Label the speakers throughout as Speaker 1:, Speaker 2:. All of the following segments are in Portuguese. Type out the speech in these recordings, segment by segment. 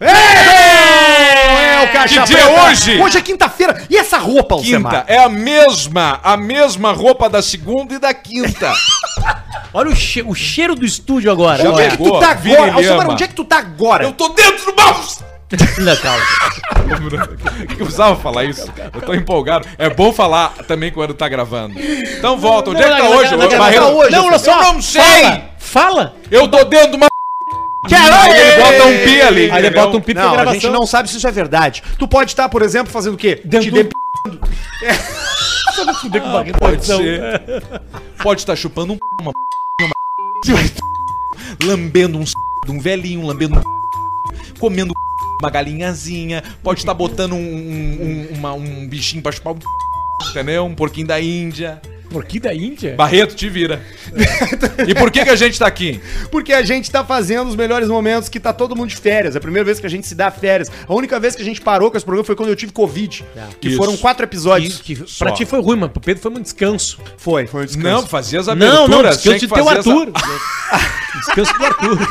Speaker 1: É caixa
Speaker 2: Que dia
Speaker 1: preta.
Speaker 2: é hoje?
Speaker 1: Hoje é quinta-feira. E essa roupa,
Speaker 2: Quinta
Speaker 1: Alcemar?
Speaker 2: é a mesma, a mesma roupa da segunda e da quinta.
Speaker 3: Olha o, che- o cheiro do estúdio agora.
Speaker 2: Já
Speaker 1: Onde é
Speaker 3: olha.
Speaker 1: que tu
Speaker 2: Boa,
Speaker 1: tá
Speaker 2: Vini
Speaker 1: agora? Alcemar,
Speaker 2: Lhama.
Speaker 1: onde é que tu tá agora?
Speaker 2: Eu tô dentro do mouse!
Speaker 3: Não, calma.
Speaker 2: Eu precisava falar isso. Eu tô empolgado. É bom falar também quando tá gravando. Então volta. Onde é que tá
Speaker 3: Não,
Speaker 2: hoje?
Speaker 3: não, não, não,
Speaker 2: Barreto?
Speaker 1: tá hoje,
Speaker 3: Não, olha
Speaker 2: Eu
Speaker 3: só.
Speaker 2: não sei.
Speaker 3: Fala. Fala.
Speaker 2: Eu tô dentro de uma.
Speaker 1: Caralho!
Speaker 2: Ele bota um pi ali.
Speaker 3: Aí ele
Speaker 2: entendeu?
Speaker 3: bota um pipo
Speaker 1: Não, a gente não sabe se isso é verdade. Tu pode estar, por exemplo, fazendo o quê? Te de-
Speaker 2: Pode ser. Pode estar chupando um p, uma p, uma p, lambendo um c, de um velhinho, lambendo um p, comendo uma galinhazinha, pode estar botando um, um, um- uma- um bichinho pra chupar um p, entendeu? Um porquinho da Índia.
Speaker 3: Porquinho da Índia?
Speaker 2: Barreto, te vira. E por que que a gente tá aqui?
Speaker 1: Porque a gente tá fazendo os melhores momentos que tá todo mundo de férias. É a primeira vez que a gente se dá férias. A única vez que a gente parou com esse programa foi quando eu tive Covid. Que
Speaker 2: Isso.
Speaker 1: foram quatro episódios.
Speaker 3: Que, que,
Speaker 2: Só.
Speaker 3: pra ti foi ruim, mas pro Pedro foi um descanso.
Speaker 1: Foi, foi um
Speaker 2: Não, fazia as
Speaker 3: Não,
Speaker 2: aberturas.
Speaker 3: não,
Speaker 2: tinha
Speaker 3: descanso
Speaker 2: que
Speaker 3: de teu
Speaker 2: fazer essa-
Speaker 3: Arthur. Descanso do Arthur.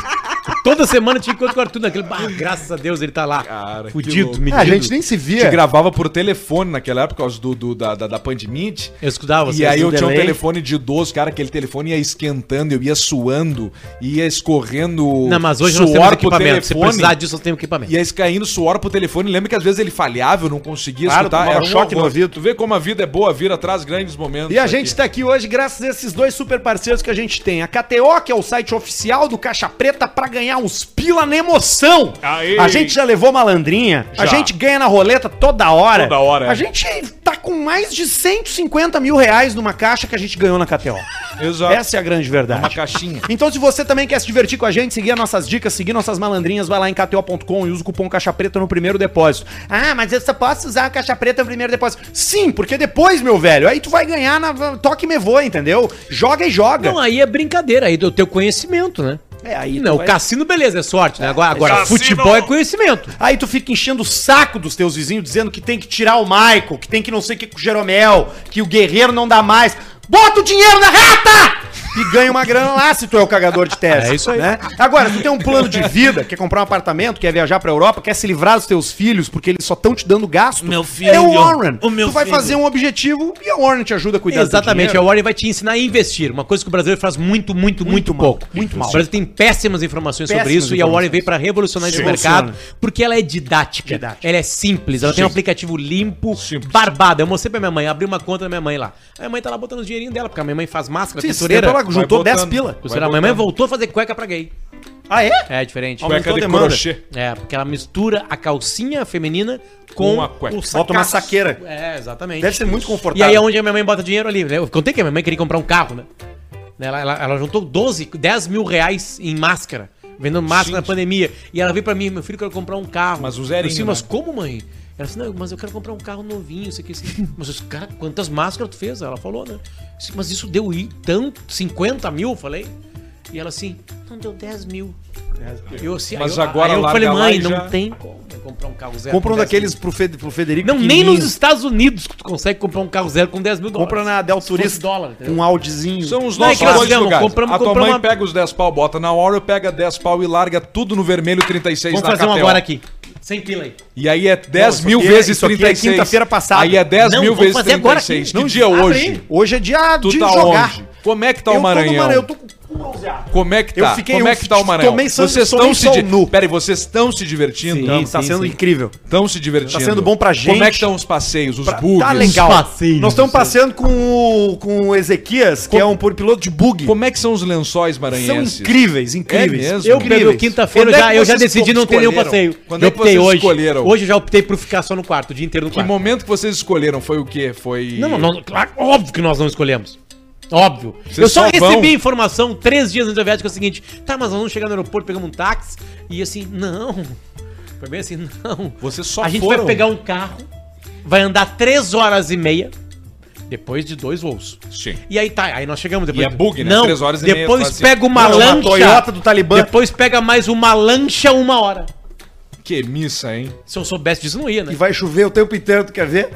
Speaker 3: Toda semana tinha encontro com o Arthur naquele. Ah, graças a Deus ele tá lá.
Speaker 2: Cara, que
Speaker 3: Fudido,
Speaker 2: louco.
Speaker 3: medido.
Speaker 1: Ah, a gente nem se
Speaker 2: A gente
Speaker 1: via.
Speaker 2: gravava por telefone naquela época, por causa do, do- da, da, da pandemia.
Speaker 3: Eu escutava
Speaker 2: E aí
Speaker 3: do
Speaker 2: eu tinha um
Speaker 3: delay.
Speaker 2: telefone de idoso, cara, aquele telefone ia esquentando, eu ia suando, ia escorrendo
Speaker 3: Não, mas hoje nós temos equipamento. Se precisar disso, nós temos equipamento.
Speaker 2: Ia caindo suor pro telefone. Lembra que às vezes ele falhava, eu não conseguia
Speaker 1: Claro,
Speaker 2: escutar. É
Speaker 1: tomava um choque no
Speaker 2: horror.
Speaker 1: ouvido.
Speaker 2: Tu vê como a vida é boa, vira atrás grandes momentos.
Speaker 1: E a gente tá aqui hoje graças a esses dois super parceiros que a gente tem. A KTO, que é o site oficial do Caixa Preta, pra ganhar uns pila na emoção.
Speaker 2: Aê.
Speaker 1: A gente já levou malandrinha, a
Speaker 2: Já.
Speaker 1: gente ganha na roleta toda hora.
Speaker 2: Toda hora, é.
Speaker 1: A gente tá com mais de 150 mil reais numa caixa que a gente ganhou na KTO.
Speaker 2: Exato.
Speaker 1: Essa é a grande verdade.
Speaker 2: Uma caixinha.
Speaker 1: Então, se você também quer se divertir com a gente, seguir as nossas dicas, seguir nossas malandrinhas, vai lá em KTO.com e usa o cupom Caixa Preta no primeiro depósito. Ah, mas eu só posso usar a Caixa Preta no primeiro depósito. Sim, porque depois, meu velho, aí tu vai ganhar na toque me voa, entendeu? Joga e joga.
Speaker 3: Não, aí é brincadeira, aí do teu conhecimento, né?
Speaker 1: É, aí tu
Speaker 3: Não,
Speaker 1: vai-
Speaker 3: cassino, beleza, é sorte, né? Agora, agora
Speaker 2: Cassino!
Speaker 3: futebol é conhecimento.
Speaker 1: Aí tu fica enchendo o saco dos teus vizinhos dizendo que tem que tirar o Michael, que tem que não sei o que com o Jeromel, que o guerreiro não dá mais. Bota o dinheiro na rata! E ganha uma grana lá se tu é o cagador de tese.
Speaker 3: É isso aí.
Speaker 1: Né? Agora, tu tem um plano de vida, quer comprar um apartamento, quer viajar pra Europa, quer se livrar dos teus filhos porque eles só estão te dando gasto.
Speaker 3: Meu filho,
Speaker 1: É o Warren.
Speaker 3: o meu
Speaker 1: tu vai
Speaker 3: filho.
Speaker 1: fazer um objetivo e a Warren te ajuda a cuidar do teu
Speaker 3: Exatamente, é a
Speaker 1: dinheiro.
Speaker 3: Warren vai te ensinar a investir. Uma coisa que o brasileiro faz muito, muito, muito,
Speaker 1: Muito mal,
Speaker 3: pouco.
Speaker 1: muito mal.
Speaker 3: O Brasil tem péssimas informações sobre
Speaker 1: Péssimas
Speaker 3: isso e a Warren
Speaker 1: informações.
Speaker 3: veio pra revolucionar esse
Speaker 1: Sim.
Speaker 3: mercado
Speaker 1: Funciona.
Speaker 3: porque ela é didática.
Speaker 1: Didática.
Speaker 3: Ela é simples, ela tem um aplicativo limpo,
Speaker 2: Simples.
Speaker 3: barbado. Eu mostrei pra minha mãe, abri uma conta da minha mãe lá. Aí A minha mãe tá lá botando os dinheirinhos dela, porque a minha mãe faz máscara,
Speaker 1: Sim,
Speaker 3: costureira.
Speaker 1: ela
Speaker 2: Vai
Speaker 1: juntou 10
Speaker 2: botando.
Speaker 1: pila.
Speaker 3: Costureira. A
Speaker 2: Vai
Speaker 3: minha mãe
Speaker 2: botando.
Speaker 3: voltou a fazer cueca pra gay.
Speaker 1: Ah, é?
Speaker 3: É diferente.
Speaker 1: Aumentou
Speaker 2: Cueca
Speaker 1: a
Speaker 2: de
Speaker 1: demanda.
Speaker 2: crochê.
Speaker 3: É, porque ela mistura a calcinha feminina com
Speaker 2: Com a cueca.
Speaker 3: o
Speaker 1: Bota uma saqueira.
Speaker 3: É, exatamente.
Speaker 1: Deve ser muito
Speaker 3: E
Speaker 1: confortável.
Speaker 3: aí é onde a minha mãe bota dinheiro ali. né? Eu contei que a minha mãe queria comprar um carro, né? Ela, ela, ela juntou 12, 10 mil reais em máscara. Vendendo máscara na
Speaker 2: Gente.
Speaker 3: pandemia. E ela veio pra mim, meu filho, eu quero comprar um carro.
Speaker 2: Mas o zerinho,
Speaker 3: Eu disse,
Speaker 2: né?
Speaker 3: mas como, mãe? Ela disse, não, mas eu quero comprar um carro novinho, isso aqui, isso aqui. Mas eu disse, cara, quantas máscaras tu fez? Ela falou, né? Eu disse, mas isso deu i- tanto, 50 mil, eu falei. E ela assim, não deu 10 mil. Eu, assim, aí
Speaker 2: Mas
Speaker 3: eu-
Speaker 2: agora
Speaker 3: aí eu
Speaker 2: larga
Speaker 3: falei,
Speaker 2: lá
Speaker 3: mãe,
Speaker 2: e
Speaker 3: não
Speaker 2: já-
Speaker 3: tem como eu comprar um carro zero.
Speaker 1: Compra um
Speaker 3: com 10
Speaker 1: daqueles pro, Fed- pro Federico.
Speaker 3: não, nem nos
Speaker 1: pequenininho.
Speaker 3: Estados Unidos que tu consegue comprar um carro zero com 10 mil dólares.
Speaker 1: Compra na Del Turista
Speaker 3: dólar, entendeu?
Speaker 1: um Audizinho.
Speaker 2: São os
Speaker 3: Não é
Speaker 2: nossos
Speaker 3: que nós
Speaker 2: dois
Speaker 3: fizemos,
Speaker 2: lugares.
Speaker 3: compramos-
Speaker 2: a tua
Speaker 3: compramos
Speaker 2: mãe
Speaker 3: uma-
Speaker 2: pega os 10 pau, bota na Warren, pega 10 pau e larga tudo no vermelho 36
Speaker 3: Vamos
Speaker 2: na
Speaker 3: fazer um
Speaker 2: KTO.
Speaker 3: agora aqui. 100 pila aí.
Speaker 2: E aí é 10
Speaker 1: isso
Speaker 2: mil
Speaker 1: aqui é-
Speaker 2: vezes
Speaker 1: isso aqui é
Speaker 2: 36.
Speaker 1: quinta-feira passada.
Speaker 2: Aí é 10
Speaker 3: Não,
Speaker 2: mil
Speaker 3: vamos
Speaker 2: vezes
Speaker 3: fazer agora
Speaker 2: 36.
Speaker 3: aqui.
Speaker 2: Que dia é
Speaker 3: Abre
Speaker 2: hoje?
Speaker 3: aí.
Speaker 1: Hoje é dia
Speaker 2: Tu
Speaker 1: de
Speaker 2: tá
Speaker 1: jogar.
Speaker 2: onde? Como é que tá o
Speaker 1: Eu tô no
Speaker 2: Maranhão?
Speaker 1: Maranhão, eu tô com o cu bronzeado.
Speaker 2: Como é que tá?
Speaker 1: Eu fiquei-
Speaker 2: Como
Speaker 1: eu
Speaker 2: é que tá o Maranhão?
Speaker 1: tomei sol-
Speaker 2: vocês
Speaker 1: tomei
Speaker 2: estão se
Speaker 1: sol
Speaker 2: di...
Speaker 1: nu.
Speaker 2: Pera aí, vocês estão se divertindo?
Speaker 1: Então, tá
Speaker 3: sim,
Speaker 1: sendo
Speaker 3: sim.
Speaker 1: incrível.
Speaker 2: Estão se divertindo.
Speaker 1: Tá sendo bom pra gente.
Speaker 2: Como é que estão os passeios, os
Speaker 1: Pra-
Speaker 2: bugs?
Speaker 1: Tá legal.
Speaker 3: Passeios,
Speaker 1: Nós estamos passeando com o, com o Ezequias, que é um por- piloto de bug.
Speaker 2: Como é que são os lençóis
Speaker 1: São
Speaker 2: maranhenses?
Speaker 1: incríveis, incríveis.
Speaker 2: É mesmo?
Speaker 3: Eu,
Speaker 2: Incríveis.
Speaker 3: Pedro, quinta-feira,
Speaker 1: Quando é
Speaker 3: já-
Speaker 1: que
Speaker 3: eu já
Speaker 1: vocês
Speaker 3: decidi não ter nenhum
Speaker 1: escolheram?
Speaker 3: passeio.
Speaker 2: Quando
Speaker 3: eu
Speaker 2: é que vocês
Speaker 3: hoje.
Speaker 2: escolheram?
Speaker 3: Hoje eu já optei por ficar só no quarto, o dia inteiro no
Speaker 2: Que
Speaker 3: quarto.
Speaker 2: momento que vocês escolheram? Foi o quê? Foi...
Speaker 3: Não, não, não, claro, óbvio que nós não escolhemos. Óbvio.
Speaker 2: Vocês
Speaker 3: eu só,
Speaker 2: só
Speaker 3: recebi
Speaker 2: vão.
Speaker 3: a informação três dias antes da viagem que é o seguinte: tá, mas nós vamos chegar no aeroporto, pegamos um táxi. E assim, não. Foi bem assim, não.
Speaker 2: Vocês só
Speaker 3: A gente
Speaker 2: foram.
Speaker 3: vai pegar um carro, vai andar três horas e meia, depois de dois voos.
Speaker 2: Sim.
Speaker 3: E aí tá, aí nós chegamos depois.
Speaker 2: E é bug, né?
Speaker 3: Não,
Speaker 2: Três horas e meia,
Speaker 3: depois
Speaker 2: quase.
Speaker 3: pega uma
Speaker 1: Não, é uma
Speaker 3: lancha.
Speaker 1: Toyota do Talibã.
Speaker 3: Depois pega mais uma lancha uma hora.
Speaker 2: Que missa, hein?
Speaker 3: Se eu soubesse disso, não ia,
Speaker 1: E
Speaker 3: né?
Speaker 1: vai chover o tempo inteiro, tu quer ver?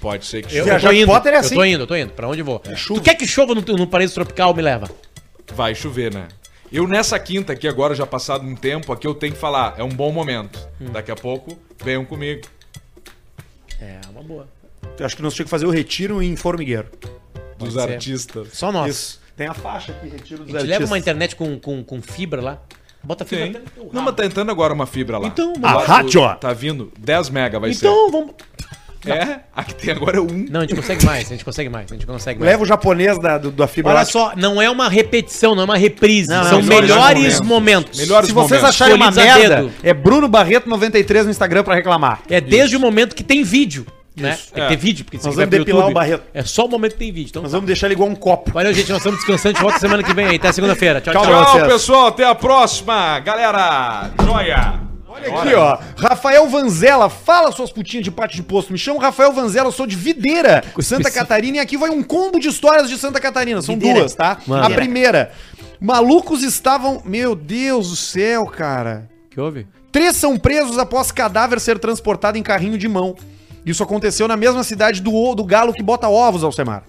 Speaker 2: Pode ser que chova.
Speaker 3: Eu, eu
Speaker 1: Viajar
Speaker 3: tô
Speaker 1: com
Speaker 3: indo,
Speaker 1: Potter é assim.
Speaker 3: eu tô indo, eu tô indo. Pra onde eu vou?
Speaker 1: chuva.
Speaker 3: tu quer que chova no, no paraíso tropical, me leva.
Speaker 2: Vai chover, né? Eu nessa quinta aqui agora,
Speaker 3: Hum.
Speaker 2: já passado um tempo, aqui eu tenho que falar, é um bom momento. Daqui a pouco, venham comigo.
Speaker 3: É, uma boa.
Speaker 1: Eu acho que nós tínhamos que fazer o retiro em formigueiro.
Speaker 2: Dos
Speaker 3: ser.
Speaker 2: artistas.
Speaker 3: Só nós.
Speaker 1: Isso. Tem a faixa aqui, retiro
Speaker 3: A
Speaker 1: dos
Speaker 3: gente leva uma internet com, com, com fibra lá. Bota fibra
Speaker 2: Tem.
Speaker 3: até no teu
Speaker 2: Não,
Speaker 3: rabo.
Speaker 2: mas tá entrando agora uma fibra lá.
Speaker 3: Então,
Speaker 1: A
Speaker 3: mas...
Speaker 1: rádio, ó.
Speaker 2: Tá vindo 10 mega vai ser.
Speaker 3: então vamos.
Speaker 2: É, a que tem agora é um.
Speaker 3: Não, a gente consegue mais, a gente consegue mais, a gente consegue mais.
Speaker 1: Leva o japonês da, do- da fibra
Speaker 3: Olha
Speaker 1: láctea.
Speaker 3: só, não é uma repetição, não é uma reprise.
Speaker 1: Não,
Speaker 3: São
Speaker 1: não,
Speaker 3: melhores
Speaker 2: melhores
Speaker 3: momentos.
Speaker 2: Melhores
Speaker 1: Se vocês
Speaker 2: momentos.
Speaker 1: acharem uma
Speaker 3: Escolhidos a
Speaker 1: merda,
Speaker 3: dedo.
Speaker 1: é Bruno Barreto 93 no Instagram pra reclamar.
Speaker 3: É desde o momento que tem vídeo, né? Tem que
Speaker 2: É.
Speaker 3: ter vídeo, porque
Speaker 1: Nós
Speaker 3: você vai
Speaker 1: vamos
Speaker 3: pro
Speaker 1: depilar
Speaker 3: YouTube.
Speaker 1: o Barreto.
Speaker 3: É só o momento que tem vídeo. Então,
Speaker 1: Nós vamos deixar ele igual um copo.
Speaker 3: valeu, gente. Nós estamos descansantes. Volta semana que vem aí. Até segunda-feira. Tchau,
Speaker 1: Tchau,
Speaker 3: tchau.
Speaker 1: Pra
Speaker 2: Tchau,
Speaker 1: vocês.
Speaker 2: pessoal. Até a próxima. Galera, joia.
Speaker 1: Olha aqui, ó. Rafael Vanzella, fala suas putinhas de pate de posto. Me chamo Rafael Vanzella, eu sou de Videira, Santa Catarina. E aqui vai um combo de histórias de Santa Catarina. São
Speaker 3: Videira.
Speaker 1: duas, tá?
Speaker 3: Manda.
Speaker 1: A primeira. Malucos estavam. Meu Deus do céu, cara.
Speaker 3: que houve?
Speaker 1: Três são presos após cadáver ser transportado em carrinho de mão. Isso aconteceu na mesma cidade do, o- do galo que bota ovos, Alcemar.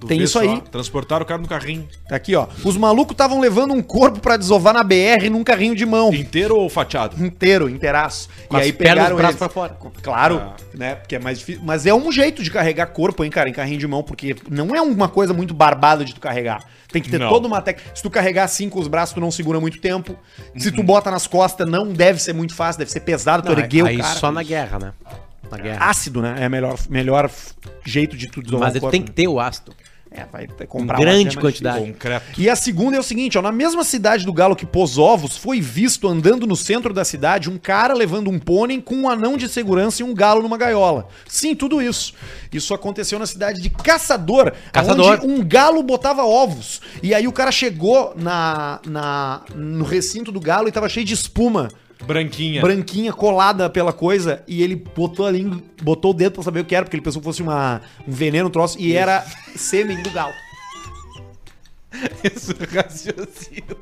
Speaker 2: Tu
Speaker 1: Tem
Speaker 2: vê
Speaker 1: isso
Speaker 2: só,
Speaker 1: aí.
Speaker 2: Transportaram o cara no carrinho.
Speaker 1: Tá aqui, ó. Os malucos estavam levando um corpo pra desovar na BR num carrinho de mão.
Speaker 2: Inteiro ou fatiado?
Speaker 1: Inteiro, inteiraço.
Speaker 3: Com as pernas e o braço
Speaker 1: eles.
Speaker 3: pra fora. Ah.
Speaker 1: Claro, né? Porque é mais difícil. Mas é um jeito de carregar corpo, hein, cara, em carrinho de mão, porque não é uma coisa muito barbada de tu carregar. Tem que ter
Speaker 2: Não.
Speaker 1: toda uma técnica. Se tu carregar assim com os braços, tu não segura muito tempo. Se
Speaker 3: Uhum.
Speaker 1: tu bota nas costas, não deve ser muito fácil, deve ser pesado, tu ergueu,
Speaker 3: aí
Speaker 1: cara.
Speaker 3: só na guerra, né? Na guerra.
Speaker 1: Ácido, né? É Ah, o melhor, melhor f- jeito de tu desovar
Speaker 3: Mas ele tem que ter o ácido.
Speaker 1: ter. É, vai ter que
Speaker 3: Em
Speaker 1: comprar uma
Speaker 3: grande
Speaker 1: cena
Speaker 3: quantidade.
Speaker 2: Concreto.
Speaker 1: e a segunda é o seguinte, ó, na mesma cidade do galo que pôs ovos, foi visto andando no centro da cidade um cara levando um pônei com um anão de segurança e um galo numa gaiola. Sim, tudo isso. Isso aconteceu na cidade de Caçador,
Speaker 3: Caçador.
Speaker 1: onde um galo botava ovos. E aí o cara chegou na, na no recinto do galo e tava cheio de espuma.
Speaker 2: Branquinha.
Speaker 1: Branquinha colada pela coisa e ele botou a língua, botou o dedo pra saber o que era, porque ele pensou que fosse uma, um veneno, um troço, e era sêmen do galo.
Speaker 2: Isso, raciocínio.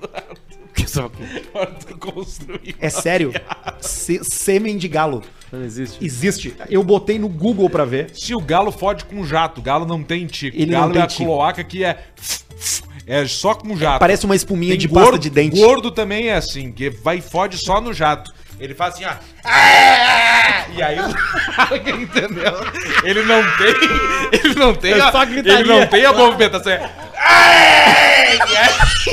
Speaker 2: Arthur construído.
Speaker 1: É sério? Se- sêmen de galo.
Speaker 3: Não existe.
Speaker 1: Existe. Eu botei no Google pra ver.
Speaker 2: Se o galo fode com jato, o galo não tem tico.
Speaker 1: Ele
Speaker 2: o galo
Speaker 1: não tem
Speaker 2: é a
Speaker 1: tico.
Speaker 2: cloaca que é. É só com jato.
Speaker 1: Parece uma espuminha
Speaker 2: Tem
Speaker 1: de
Speaker 2: gordo,
Speaker 1: pasta de dente.
Speaker 2: Gordo também é assim, que vai e fode só no jato. Ele faz assim, ó. E aí, o- entendeu? Ele não tem, ele não tem,
Speaker 3: É
Speaker 2: a,
Speaker 3: só gritaria.
Speaker 2: ele não tem a movimentação. É... E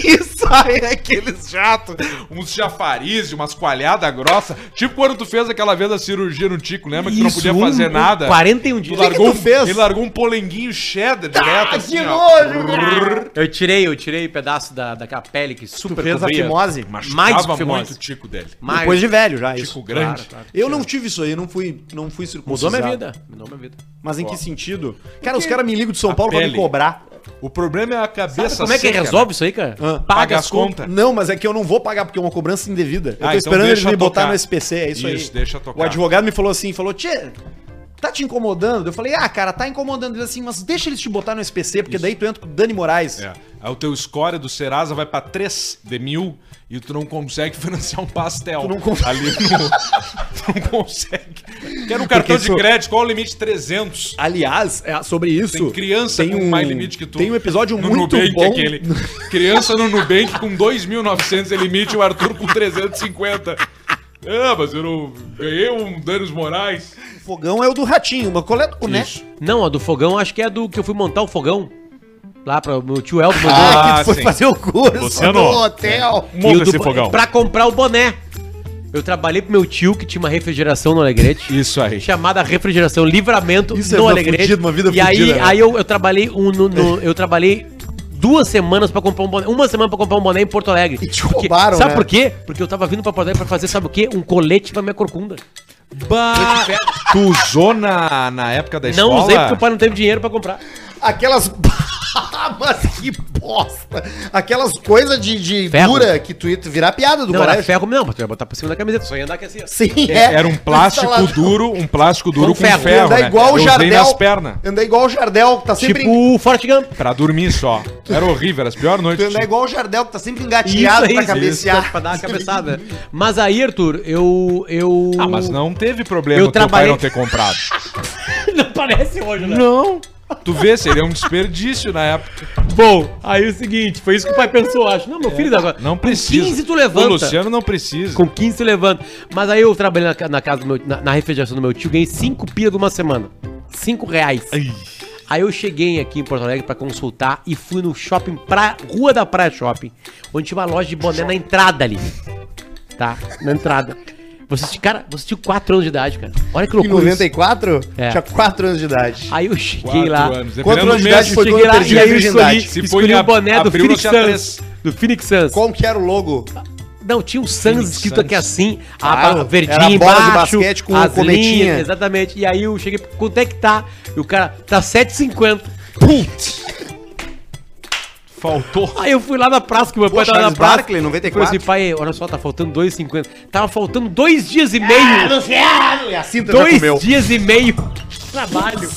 Speaker 2: aí sai aqueles jatos, uns chafariz, umas coalhadas grossas. Tipo quando tu fez aquela vez a cirurgia no tico, lembra? Que tu não
Speaker 3: Isso,
Speaker 2: podia
Speaker 3: um-
Speaker 2: fazer
Speaker 3: um
Speaker 2: nada.
Speaker 3: 41
Speaker 2: Tu
Speaker 3: dias.
Speaker 2: largou,
Speaker 1: tu fez? Tá,
Speaker 2: Ele largou um polenguinho cheddar
Speaker 1: Ah,
Speaker 2: direto assim, ó.
Speaker 3: Eu tirei, eu tirei pedaço da, daquela pele que super cobria. Mais
Speaker 2: Machucava
Speaker 3: que fimose.
Speaker 2: muito o tico dele.
Speaker 3: Mas
Speaker 1: Depois de velho já,
Speaker 2: Tico
Speaker 1: isso.
Speaker 2: grande.
Speaker 1: Eu não tive isso aí, não fui, não fui circuncisado.
Speaker 3: mudou minha vida. Mudou minha vida.
Speaker 1: Mas em que sentido? Cara, os caras me ligam de São Paulo pra me
Speaker 2: pele.
Speaker 1: cobrar.
Speaker 2: O problema é a cabeça
Speaker 3: Sabe como é que
Speaker 2: seca, né?
Speaker 3: resolve isso aí, cara?
Speaker 1: Hã?
Speaker 3: Paga,
Speaker 2: Paga
Speaker 3: as
Speaker 2: as
Speaker 3: contas.
Speaker 2: Tá.
Speaker 1: Não, mas é que eu não vou pagar porque é uma cobrança indevida. Eu tô
Speaker 2: Ah, então
Speaker 1: esperando eles
Speaker 2: deixa
Speaker 1: me botar
Speaker 2: tocar.
Speaker 1: no SPC, é isso,
Speaker 2: Isso,
Speaker 1: aí.
Speaker 2: deixa tocar.
Speaker 1: O advogado me falou assim, falou, Tchê, tá te incomodando? Eu falei, ah, cara, tá incomodando. Ele assim, mas deixa eles te botar no SPC, porque daí tu entra com o Dani Moraes.
Speaker 2: É. Aí o teu score do Serasa vai pra 3 de mil e tu não consegue financiar um pastel.
Speaker 1: Tu não consegue.
Speaker 2: Ali no... tu não consegue. Quer um cartão
Speaker 1: isso-
Speaker 2: de crédito, qual o limite? 300.
Speaker 1: Aliás, é, sobre isso.
Speaker 2: Tem criança
Speaker 1: tem
Speaker 2: com
Speaker 1: um,
Speaker 2: mais limite que tu.
Speaker 1: Tem um episódio
Speaker 2: no
Speaker 1: muito
Speaker 2: Nubank,
Speaker 1: bom.
Speaker 2: aquele. Criança no Nubank com 2.900 é limite e o Arthur com 350. Ah, mas eu não ganhei um Danos Moraes.
Speaker 1: O fogão é o do ratinho, mas qual é o né?
Speaker 2: Isso.
Speaker 3: Não, a do fogão acho que é a do que eu fui montar o fogão. Lá pra meu tio Elton mandou.
Speaker 2: Ah,
Speaker 1: que tu foi
Speaker 2: sim. é
Speaker 1: fazer o curso
Speaker 2: Luciano.
Speaker 1: do hotel.
Speaker 2: É.
Speaker 3: E o do bo- Pra comprar o boné. Eu trabalhei pro meu tio que tinha uma refrigeração no Alegrete.
Speaker 2: Isso aí.
Speaker 3: Chamada refrigeração livramento
Speaker 1: Isso é
Speaker 3: no
Speaker 1: uma
Speaker 3: Alegrete.
Speaker 1: fudida, uma vida
Speaker 3: e aí,
Speaker 1: fudida, né?
Speaker 3: aí eu, eu trabalhei um, no- no- eu trabalhei duas semanas pra comprar um boné, uma semana pra comprar um boné em Porto Alegre.
Speaker 1: E te roubaram,
Speaker 3: Sabe
Speaker 1: né?
Speaker 3: por quê? Porque eu tava vindo pra Porto Alegre pra fazer, sabe o quê? Um colete pra minha corcunda.
Speaker 2: Bah, tu usou na, na época da
Speaker 3: Não
Speaker 2: escola?
Speaker 3: usei porque o pai não teve dinheiro pra comprar.
Speaker 1: Aquelas. Mas que bosta! Aquelas coisas de, de
Speaker 3: Ferro.
Speaker 1: dura que tu ia virar piada do
Speaker 3: Não, era
Speaker 1: colégio.
Speaker 3: ferro, não, mas tu ia botar por cima da camiseta, só ia andar aqui assim, ó.
Speaker 1: Sim, é.
Speaker 2: Era um plástico
Speaker 1: Instalado.
Speaker 2: duro, um plástico duro
Speaker 3: Com
Speaker 2: com,
Speaker 3: ferro.
Speaker 2: ferro.
Speaker 1: Eu andar
Speaker 2: né?
Speaker 1: igual
Speaker 2: Eu
Speaker 1: o
Speaker 2: usei
Speaker 1: Jardel.
Speaker 2: nas pernas.
Speaker 1: Andar igual o Jardel, que tá sempre. Tipo...
Speaker 3: Tipo o Forte Gump.
Speaker 2: Pra dormir só. Era horrível, era as piores noites.
Speaker 1: Andar igual o Jardel, que tá sempre engatilhado pra cabecear.
Speaker 3: pra dar uma cabeçada. Mas aí, Arthur, eu. eu...
Speaker 2: Ah, mas Ah, não teve problema
Speaker 3: Eu
Speaker 2: teu pai
Speaker 3: trabalhei-
Speaker 2: não ter comprado.
Speaker 3: Não parece hoje, né?
Speaker 2: Não. Tu vê, seria um desperdício na época.
Speaker 3: Bom, aí é o seguinte, foi isso que o pai pensou, acho. Não, meu filho, agora.
Speaker 2: Não precisa.
Speaker 3: Com 15 tu levanta.
Speaker 2: O Luciano não precisa.
Speaker 3: Com 15 tu levanta. Mas aí eu trabalhei na, ca- na casa do meu, na, na refrigeração do meu tio, ganhei 5 pila de uma semana. 5 reais. Aí eu cheguei aqui em Porto Alegre pra consultar e fui no shopping pra Rua da Praia Shopping, onde tinha uma loja de boné na entrada ali. Tá? Na entrada. Você, tinha- cara, você tinha 4 anos de idade, cara. Olha que
Speaker 4: Em
Speaker 3: loucura. isso.
Speaker 4: 94?
Speaker 3: É.
Speaker 4: Tinha 4 anos de idade.
Speaker 3: Aí eu cheguei lá.
Speaker 4: Quantos anos de idade foi
Speaker 3: Cheguei
Speaker 4: quando eu
Speaker 3: lá
Speaker 4: perdi
Speaker 3: e
Speaker 4: a
Speaker 3: aí eu escolhi,
Speaker 4: virgindade?
Speaker 2: Se foi
Speaker 3: escolhi
Speaker 2: em
Speaker 3: o boné do
Speaker 2: abril,
Speaker 3: Phoenix
Speaker 2: nós tinha
Speaker 3: Suns. Do Phoenix Suns.
Speaker 4: Qual que era o logo?
Speaker 3: Não, tinha o Suns escrito
Speaker 2: Suns.
Speaker 3: aqui assim, a
Speaker 4: Claro,
Speaker 3: ba- verdinha
Speaker 4: era a bola de
Speaker 3: embaixo,
Speaker 4: basquete com
Speaker 3: as
Speaker 4: cometinha.
Speaker 3: linhas, exatamente. E aí eu cheguei, quanto é que tá? E o cara, tá 7,50.
Speaker 2: Putz! Faltou.
Speaker 3: Aí eu fui lá na praça, que meu
Speaker 4: Pô,
Speaker 3: pai tava na
Speaker 4: Charles
Speaker 3: praça.
Speaker 4: Barkley,
Speaker 3: Eu falei assim,
Speaker 4: 94.
Speaker 3: pai, olha só, tá faltando 2,50. Tava faltando dois dias e meio.
Speaker 4: Ah, Luciano!
Speaker 1: É,
Speaker 4: E a cinta já comeu.
Speaker 3: dois dias e meio de trabalho.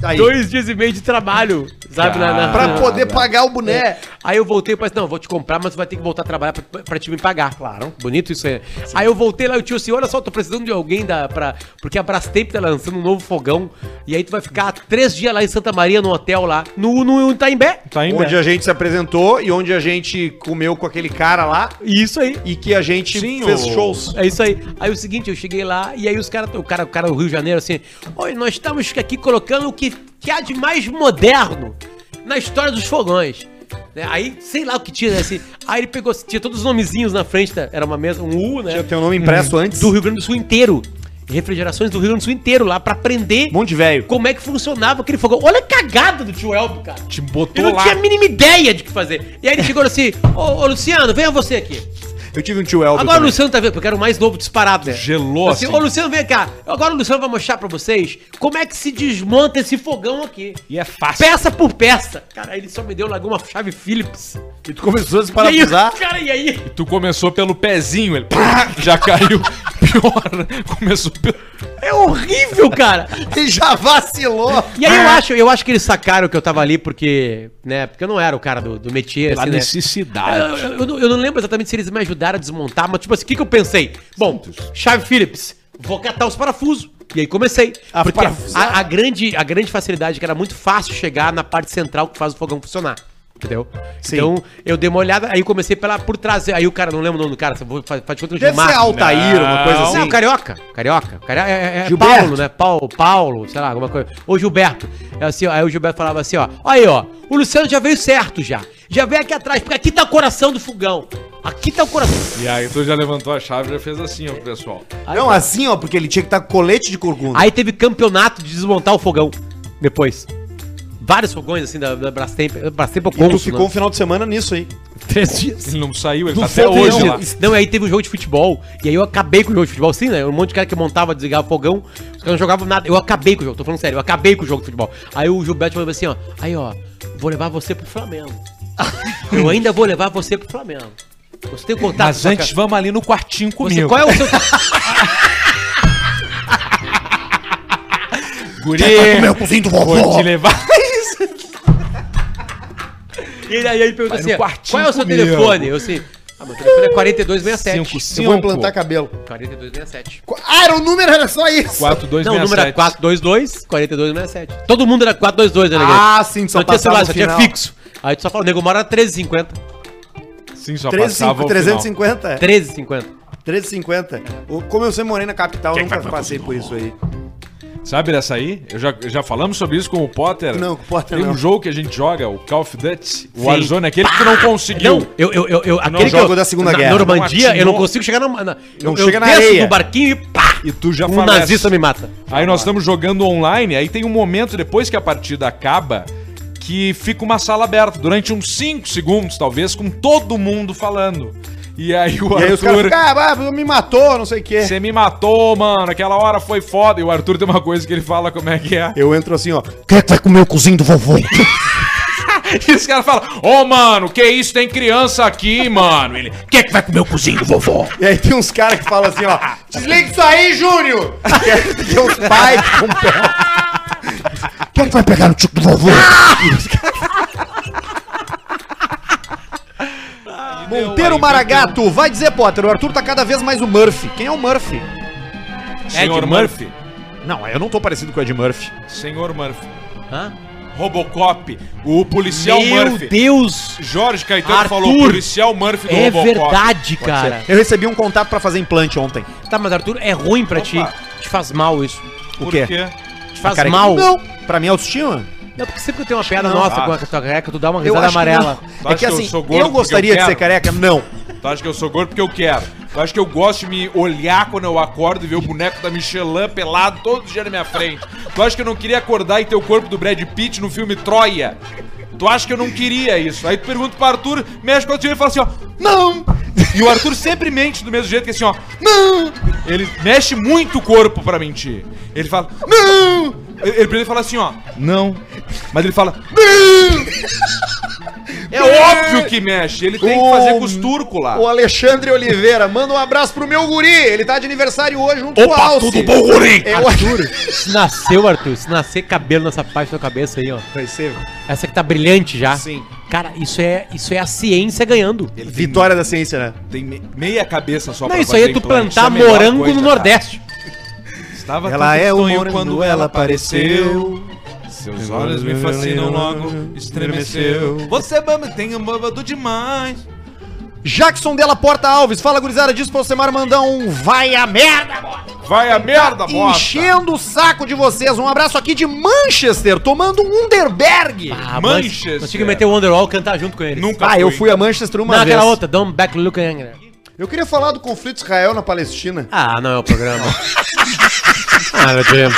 Speaker 1: Tá
Speaker 4: Aí.
Speaker 3: Dois dias e meio de trabalho, sabe? na- na-
Speaker 4: Pra
Speaker 3: na-
Speaker 4: poder pagar o
Speaker 3: É.
Speaker 2: É.
Speaker 4: boné.
Speaker 3: Aí eu voltei e falei assim, não, vou te comprar, mas tu vai ter que voltar a trabalhar pra, pra te me pagar. Claro. Bonito isso aí. Aí eu voltei lá e o tio assim, olha só, tô precisando de alguém da, pra, porque a Brastemp tá lançando um novo fogão. E aí tu vai ficar três dias lá em Santa Maria, num hotel lá, no, no Itaimbé.
Speaker 2: Tá em
Speaker 3: é?
Speaker 1: Onde a gente se apresentou e onde a gente comeu com aquele cara lá
Speaker 3: E Isso aí.
Speaker 1: e que a gente
Speaker 2: Sim,
Speaker 1: fez
Speaker 2: o-
Speaker 1: shows.
Speaker 3: É isso aí. Aí o seguinte, eu cheguei lá e aí os caras, o cara, o cara do Rio de Janeiro assim, oi, nós estamos aqui colocando o que, que há de mais moderno na história dos fogões. Né? Aí, sei lá o que tinha, né? assim. Aí ele pegou, tinha todos os nomezinhos na frente, tá? era uma mesa, um U, né?
Speaker 1: Tinha teu nome impresso antes.
Speaker 3: Do Rio Grande do Sul inteiro. Refrigerações do Rio Grande do Sul inteiro lá pra aprender
Speaker 1: Monte de velho.
Speaker 3: como é que funcionava aquele fogão. Olha a cagada do tio Elbo, cara.
Speaker 2: Te
Speaker 3: Ele
Speaker 2: botou
Speaker 3: não
Speaker 2: lá.
Speaker 3: tinha a mínima ideia de o que fazer. E aí ele chegou assim, ô, ô Luciano, venha você aqui.
Speaker 1: Eu tive um tio Elber.
Speaker 3: Agora o
Speaker 1: também.
Speaker 3: Luciano tá vendo, porque eu era o mais novo disparado, né?
Speaker 2: Gelou
Speaker 3: assim.
Speaker 2: assim.
Speaker 3: Ô, Luciano, vem cá. Agora o Luciano vai mostrar pra vocês como é que se desmonta esse fogão aqui.
Speaker 2: E é fácil.
Speaker 3: Peça por peça. Cara, ele só me deu lá uma chave Phillips.
Speaker 1: E tu começou a se
Speaker 3: e aí,
Speaker 1: parafusar.
Speaker 3: cara, e aí?
Speaker 2: Tu começou pelo pezinho, ele pá, já caiu. Pior, começou pelo.
Speaker 3: É horrível, cara.
Speaker 4: Ele já vacilou. Ah,
Speaker 3: E aí
Speaker 2: Ah.
Speaker 3: eu acho, eu acho que eles sacaram que eu tava ali porque, né, porque eu não era o cara do, do métier,
Speaker 2: Pela
Speaker 3: assim, né?
Speaker 2: necessidade.
Speaker 3: Eu, eu- eu não- eu não lembro exatamente se eles me ajudaram a desmontar, mas tipo assim, o que, que eu pensei? Bom, chave Phillips, vou catar os parafusos. E aí comecei.
Speaker 1: Ah,
Speaker 4: A
Speaker 3: porque
Speaker 4: parafusar?
Speaker 3: a, a grande, a grande facilidade é que era muito fácil chegar na parte central que faz o fogão funcionar. Entendeu? Então, eu dei uma olhada, aí eu comecei pela, por trazer. Aí o cara, não lembro o nome do cara, só vou fazer contra o
Speaker 1: Deve ser
Speaker 3: Gilmar.
Speaker 1: Altair, uma coisa
Speaker 3: Não,
Speaker 1: assim.
Speaker 3: carioca. Carioca. Cari- é, é- é
Speaker 1: Gilberto.
Speaker 3: Paulo, né? Paulo, Paulo, sei lá, alguma coisa. Ou Gilberto. É assim, ó, aí o Gilberto falava assim, ó. Aí, ó. O Luciano já veio certo já. Já veio aqui atrás, porque aqui tá o coração do fogão. Aqui tá o coração.
Speaker 2: E aí tu já levantou a chave e já fez assim, ó, pro pessoal.
Speaker 4: Não, assim, ó, porque ele tinha que estar com colete de corcunda.
Speaker 3: Aí teve campeonato de desmontar o fogão. Depois. Vários fogões, assim, da, da Brastemp. Brastemp eu
Speaker 1: E tu
Speaker 3: conto, né?
Speaker 1: ficou um final de semana nisso aí.
Speaker 3: três dias.
Speaker 2: Ele não saiu, ele
Speaker 1: Do
Speaker 2: tá até
Speaker 1: fogão.
Speaker 2: hoje lá.
Speaker 3: Não, aí teve um jogo de futebol, e aí eu acabei com o jogo de futebol, sim, né? Um monte de cara que montava, desligava o fogão, os caras não jogavam nada. Eu acabei com o jogo, tô falando sério, eu acabei com o jogo de futebol. Aí o Gilberto falou assim, ó, aí ó, vou levar você pro Flamengo. eu ainda vou levar você pro Flamengo. Você tem contato
Speaker 2: Mas
Speaker 3: com a
Speaker 2: antes, vamos ali no quartinho
Speaker 3: você,
Speaker 2: comigo.
Speaker 3: qual é o seu...
Speaker 2: Guri,
Speaker 3: É.
Speaker 4: Meu cozinho do
Speaker 2: vou te levar.
Speaker 3: e ele- aí ele perguntou
Speaker 2: Vai no
Speaker 3: assim, ó,
Speaker 2: quartinho
Speaker 3: qual é o seu
Speaker 2: comigo.
Speaker 3: telefone? Eu assim, ah, meu telefone é 4267.
Speaker 2: 5,
Speaker 4: Eu vou
Speaker 2: 5,
Speaker 4: implantar cabelo.
Speaker 3: 4267.
Speaker 4: Qu- Ah, era o número, era só isso.
Speaker 2: 4, 2,
Speaker 3: Não, o número é era 422, 4267. Todo mundo era 422, né, Negrete?
Speaker 4: Ah, sim,
Speaker 3: Só
Speaker 4: só
Speaker 3: tinha celular,
Speaker 4: passava
Speaker 3: só
Speaker 4: o
Speaker 3: tinha
Speaker 4: final.
Speaker 3: fixo. Aí tu só fala, o nego mora 13,50.
Speaker 2: Sim, só
Speaker 4: 13,
Speaker 2: passava 350.
Speaker 4: 350, é.
Speaker 3: 13,50.
Speaker 4: 1350. O- Como eu sempre morei na capital,
Speaker 3: é
Speaker 4: eu nunca passei por isso aí.
Speaker 2: Sabe dessa aí? Eu já, já falamos sobre isso com o Potter.
Speaker 4: Não, com o Potter
Speaker 2: Tem
Speaker 4: não.
Speaker 2: um jogo que a gente joga, o Call of Duty, o Warzone, aquele que tu não conseguiu.
Speaker 3: Não, eu, eu, eu, eu aquele
Speaker 2: jogo
Speaker 3: eu-
Speaker 4: da Segunda
Speaker 3: na
Speaker 4: Guerra.
Speaker 3: Normandia,
Speaker 2: Não
Speaker 3: eu não
Speaker 2: atirou.
Speaker 3: consigo chegar na. na
Speaker 4: Não
Speaker 3: eu,
Speaker 4: chega
Speaker 3: eu
Speaker 4: na
Speaker 3: desço
Speaker 4: areia.
Speaker 3: do barquinho e pá!
Speaker 2: E tu já
Speaker 3: Um
Speaker 2: falece.
Speaker 3: nazista me mata.
Speaker 2: Aí nós estamos jogando online, aí tem um momento depois que a partida acaba que fica uma sala aberta durante uns 5 segundos, talvez, com todo mundo falando. E aí o
Speaker 4: E aí os caras
Speaker 2: Arthur.
Speaker 4: ficam, ah, ah, me matou, não sei o quê.
Speaker 2: Você me matou, mano. Aquela hora foi foda. E o Arthur tem uma coisa que ele fala como é que é.
Speaker 4: Eu entro assim, ó.
Speaker 1: Quem é que vai comer o cozinho do vovô?
Speaker 2: E os caras falam, ô mano, que isso? Tem criança aqui, mano. Ele,
Speaker 1: Quem é que vai comer o cozinho do vovô?
Speaker 4: E aí tem uns caras que falam assim, ó. Desliga isso aí, Júnior! Que é- que é uns pais que
Speaker 1: assim,
Speaker 4: compram.
Speaker 1: Quem é que vai pegar no tico do vovô?
Speaker 4: Monteiro Maragato, vai dizer, Potter, o Arthur tá cada vez mais o Murphy. Quem é o Murphy?
Speaker 2: Senhor
Speaker 3: Ed
Speaker 2: Murphy.
Speaker 1: Não, eu não tô parecido com o Ed Murphy.
Speaker 2: Senhor Murphy.
Speaker 3: Hã?
Speaker 2: Robocop, é o policial
Speaker 3: Meu
Speaker 2: Murphy.
Speaker 3: Deus!
Speaker 2: Jorge Caetano
Speaker 3: Arthur,
Speaker 2: falou policial Murphy do
Speaker 3: É
Speaker 2: Robocop.
Speaker 3: verdade, cara.
Speaker 1: Eu recebi um contato pra fazer implante ontem.
Speaker 3: Tá, mas Arthur, é ruim pra ti.
Speaker 2: Opa.
Speaker 3: Te faz mal isso.
Speaker 1: O
Speaker 2: Por
Speaker 1: quê?
Speaker 2: quê?
Speaker 3: Te faz
Speaker 1: A careca-
Speaker 3: mal.
Speaker 1: Não, pra mim autoestima.
Speaker 3: Não, porque sempre que tem uma piada
Speaker 1: não.
Speaker 3: nossa
Speaker 2: Ah.
Speaker 3: com a tua careca, tu dá uma
Speaker 1: Eu
Speaker 3: risada
Speaker 1: acho que
Speaker 3: amarela.
Speaker 1: não.
Speaker 2: Tu
Speaker 1: É
Speaker 2: acha
Speaker 1: que
Speaker 2: que eu
Speaker 1: assim,
Speaker 2: sou
Speaker 1: eu,
Speaker 2: gordo porque
Speaker 1: gostaria
Speaker 2: eu
Speaker 1: de
Speaker 2: quero?
Speaker 1: ser careca? Não.
Speaker 2: Tu acha que eu sou gordo porque eu quero? Tu acha que eu gosto de me olhar quando eu acordo e ver o boneco da Michelin pelado todo dia na minha frente? Tu acha que eu não queria acordar e ter o corpo do Brad Pitt no filme Troia? Tu acha que eu não queria isso? Aí tu pergunta pro Arthur, mexe com a tia e fala assim, ó, não! E o Arthur sempre mente do mesmo jeito que assim, ó, não! Ele mexe muito o corpo pra mentir. Ele fala, não! Ele, ele primeiro fala assim, ó, não. Mas ele fala, é óbvio que mexe, ele tem que fazer
Speaker 1: O-
Speaker 2: com os turcos lá.
Speaker 1: Ah. O Alexandre Oliveira, manda um abraço pro meu guri. Ele tá de aniversário hoje junto com o
Speaker 2: Opa,
Speaker 1: Alce.
Speaker 2: tudo bom, guri?
Speaker 1: Eu...
Speaker 3: Se nasceu, Arthur, se nascer cabelo nessa parte da tua cabeça aí, ó.
Speaker 1: Vai ser
Speaker 3: Essa que tá brilhante já.
Speaker 1: Sim.
Speaker 3: Cara, isso é, isso é a ciência ganhando.
Speaker 2: Ele tem-
Speaker 1: vitória da ciência, né?
Speaker 2: Tem me- meia cabeça só
Speaker 3: Não,
Speaker 2: pra
Speaker 3: isso aí é
Speaker 2: fazer
Speaker 3: tu
Speaker 2: implante.
Speaker 3: plantar
Speaker 2: Isso é a melhor
Speaker 3: morango
Speaker 2: coisa,
Speaker 3: no
Speaker 2: cara.
Speaker 3: Nordeste.
Speaker 2: Estava
Speaker 1: Ela
Speaker 2: tão
Speaker 1: é o
Speaker 2: sonho
Speaker 1: morango quando ela apareceu.
Speaker 2: Seus olhos me fascinam logo, estremeceu. Você mama, tem um babado demais.
Speaker 1: Jackson Della Porta Alves, fala gurizada, diz pro Alcemar mandar um vai a merda, bosta.
Speaker 2: Vai a merda, bosta.
Speaker 1: Enchendo o saco de vocês. Um abraço aqui de Manchester, tomando um Underberg.
Speaker 3: Ah,
Speaker 2: Manchester.
Speaker 3: Nós tinha que meter o Underwall e cantar junto com eles.
Speaker 2: Nunca
Speaker 1: Ah, eu fui a Manchester uma
Speaker 3: Não,
Speaker 1: vez.
Speaker 3: aquela outra, Don't Back Look Anger.
Speaker 4: Eu queria falar do conflito Israel na Palestina.
Speaker 3: Ah, não é o programa. ah, meu Deus.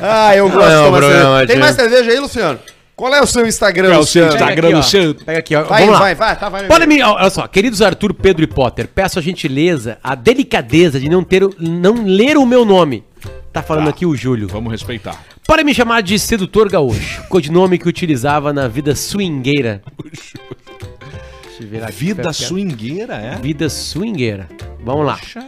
Speaker 4: Ah, eu gosto
Speaker 3: Não,
Speaker 4: de tomar
Speaker 3: Bruno,
Speaker 4: cerveja.
Speaker 3: não
Speaker 4: Tem mais
Speaker 3: adianta.
Speaker 4: cerveja aí, Luciano? Qual é o seu Instagram, Luciano?
Speaker 3: Instagram do Santo. Pega aqui, ó.
Speaker 4: Vai,
Speaker 3: Vamos lá.
Speaker 4: vai, vai, tá, vai.
Speaker 3: Olha, me- olha só, queridos Arthur, Pedro e Potter, peço a gentileza, a delicadeza de não, ter, o- não ler o meu nome. Tá falando aqui o Júlio.
Speaker 2: Vamos respeitar.
Speaker 3: Para me chamar de sedutor gaúcho, codinome que utilizava na vida swingueira. Deixa eu ver aqui, cara, cara.
Speaker 2: swingueira, é?
Speaker 3: Vida swingueira. Vamos lá.
Speaker 2: Poxa.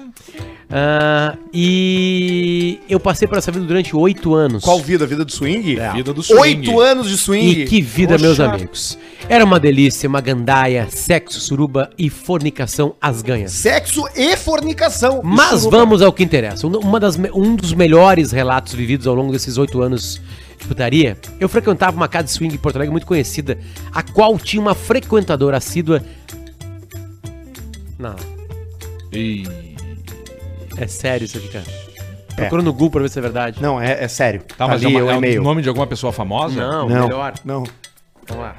Speaker 3: Ah, e eu passei por essa vida durante oito anos.
Speaker 4: Qual vida? Vida do swing?
Speaker 1: É.
Speaker 2: Vida do swing.
Speaker 4: Oito anos de swing.
Speaker 3: E que vida,
Speaker 4: Poxa.
Speaker 3: meus amigos. Era uma delícia, uma gandaia, sexo, suruba e fornicação às ganhas.
Speaker 4: Sexo e fornicação.
Speaker 3: Mas
Speaker 4: Isso não-
Speaker 3: vamos ao que interessa. Um- Uma das, me- um dos melhores relatos vividos ao longo desses oito anos de putaria, eu frequentava uma casa de swing em Porto Alegre muito conhecida, a qual tinha uma frequentadora assídua. Não,
Speaker 2: E...
Speaker 3: é sério isso aqui, cara. Procura no Google pra ver se é verdade.
Speaker 1: Não, é, é sério.
Speaker 2: Tá, mas
Speaker 1: Ali
Speaker 2: é, uma,
Speaker 4: um
Speaker 1: eu
Speaker 2: é
Speaker 1: e-mail.
Speaker 2: o nome de alguma pessoa famosa?
Speaker 3: Não,
Speaker 1: Não,
Speaker 3: melhor.
Speaker 1: não.
Speaker 3: Vamos lá.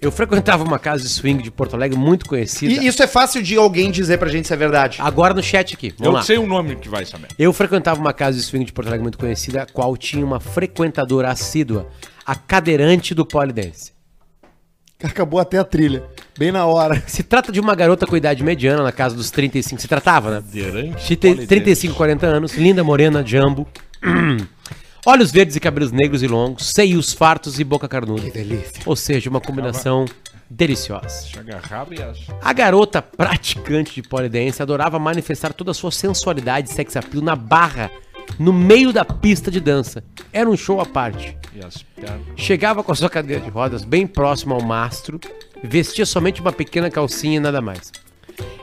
Speaker 3: Eu frequentava uma casa de swing de Porto Alegre muito conhecida.
Speaker 1: E isso é fácil de alguém dizer pra gente se é verdade.
Speaker 3: Agora no chat aqui. Vamos
Speaker 2: Eu
Speaker 3: lá.
Speaker 2: sei o nome que vai saber.
Speaker 3: Eu frequentava uma casa de swing de Porto Alegre muito conhecida, a qual tinha uma frequentadora assídua, a cadeirante do polidense.
Speaker 4: Acabou até a trilha. Bem na hora.
Speaker 3: Se trata de uma garota com idade mediana, na casa dos 35, se tratava, né?
Speaker 2: Cadeirante
Speaker 3: De ter
Speaker 2: polidense.
Speaker 3: 35, 40 anos, linda, morena, jambo, olhos verdes e cabelos negros e longos, seios fartos e boca carnuda. Que delícia. Ou seja, uma combinação deliciosa.
Speaker 2: Agarrava e acha.
Speaker 3: A garota praticante de polidense adorava manifestar toda a sua sensualidade e sex appeal na barra, no meio da pista de dança. Era um show à parte.
Speaker 2: E as pernas.
Speaker 3: Chegava com a sua cadeira de rodas bem próxima ao mastro, vestia somente uma pequena calcinha e nada mais.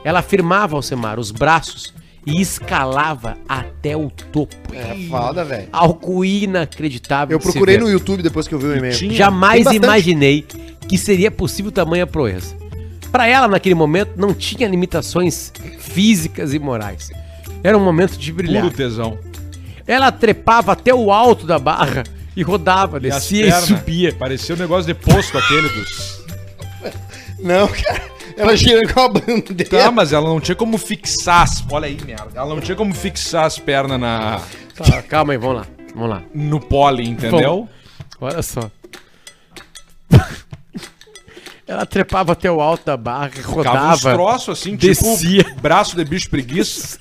Speaker 3: Ela firmava ao semar os braços e escalava até o topo.
Speaker 4: É foda, velho.
Speaker 3: Algo inacreditável.
Speaker 4: Eu
Speaker 3: de se
Speaker 4: procurei
Speaker 3: ver.
Speaker 4: no YouTube depois que eu vi o e-mail.
Speaker 2: Tinha-
Speaker 3: Jamais
Speaker 4: Tem bastante.
Speaker 3: imaginei que seria possível tamanha proeza. Pra ela, naquele momento, não tinha limitações físicas e morais. Era um momento de brilhar.
Speaker 2: Puro tesão.
Speaker 3: Ela trepava até o alto da barra e rodava,
Speaker 2: E as
Speaker 3: descia e,
Speaker 2: pernas.
Speaker 3: subia.
Speaker 2: Parecia um negócio de posto aquele dos...
Speaker 4: Não, cara. Ela girando com a bandeira.
Speaker 2: Tá, mas ela não tinha como fixar as... Olha aí, merda. Ela não tinha como fixar as pernas na...
Speaker 3: Tá, calma aí, vamos lá. Vamos lá.
Speaker 2: no pole, entendeu?
Speaker 3: Olha só. Ela trepava até o alto da barra, e
Speaker 2: Ficava uns
Speaker 3: rodava.
Speaker 2: troços assim,
Speaker 3: descia.
Speaker 2: tipo braço de bicho preguiça.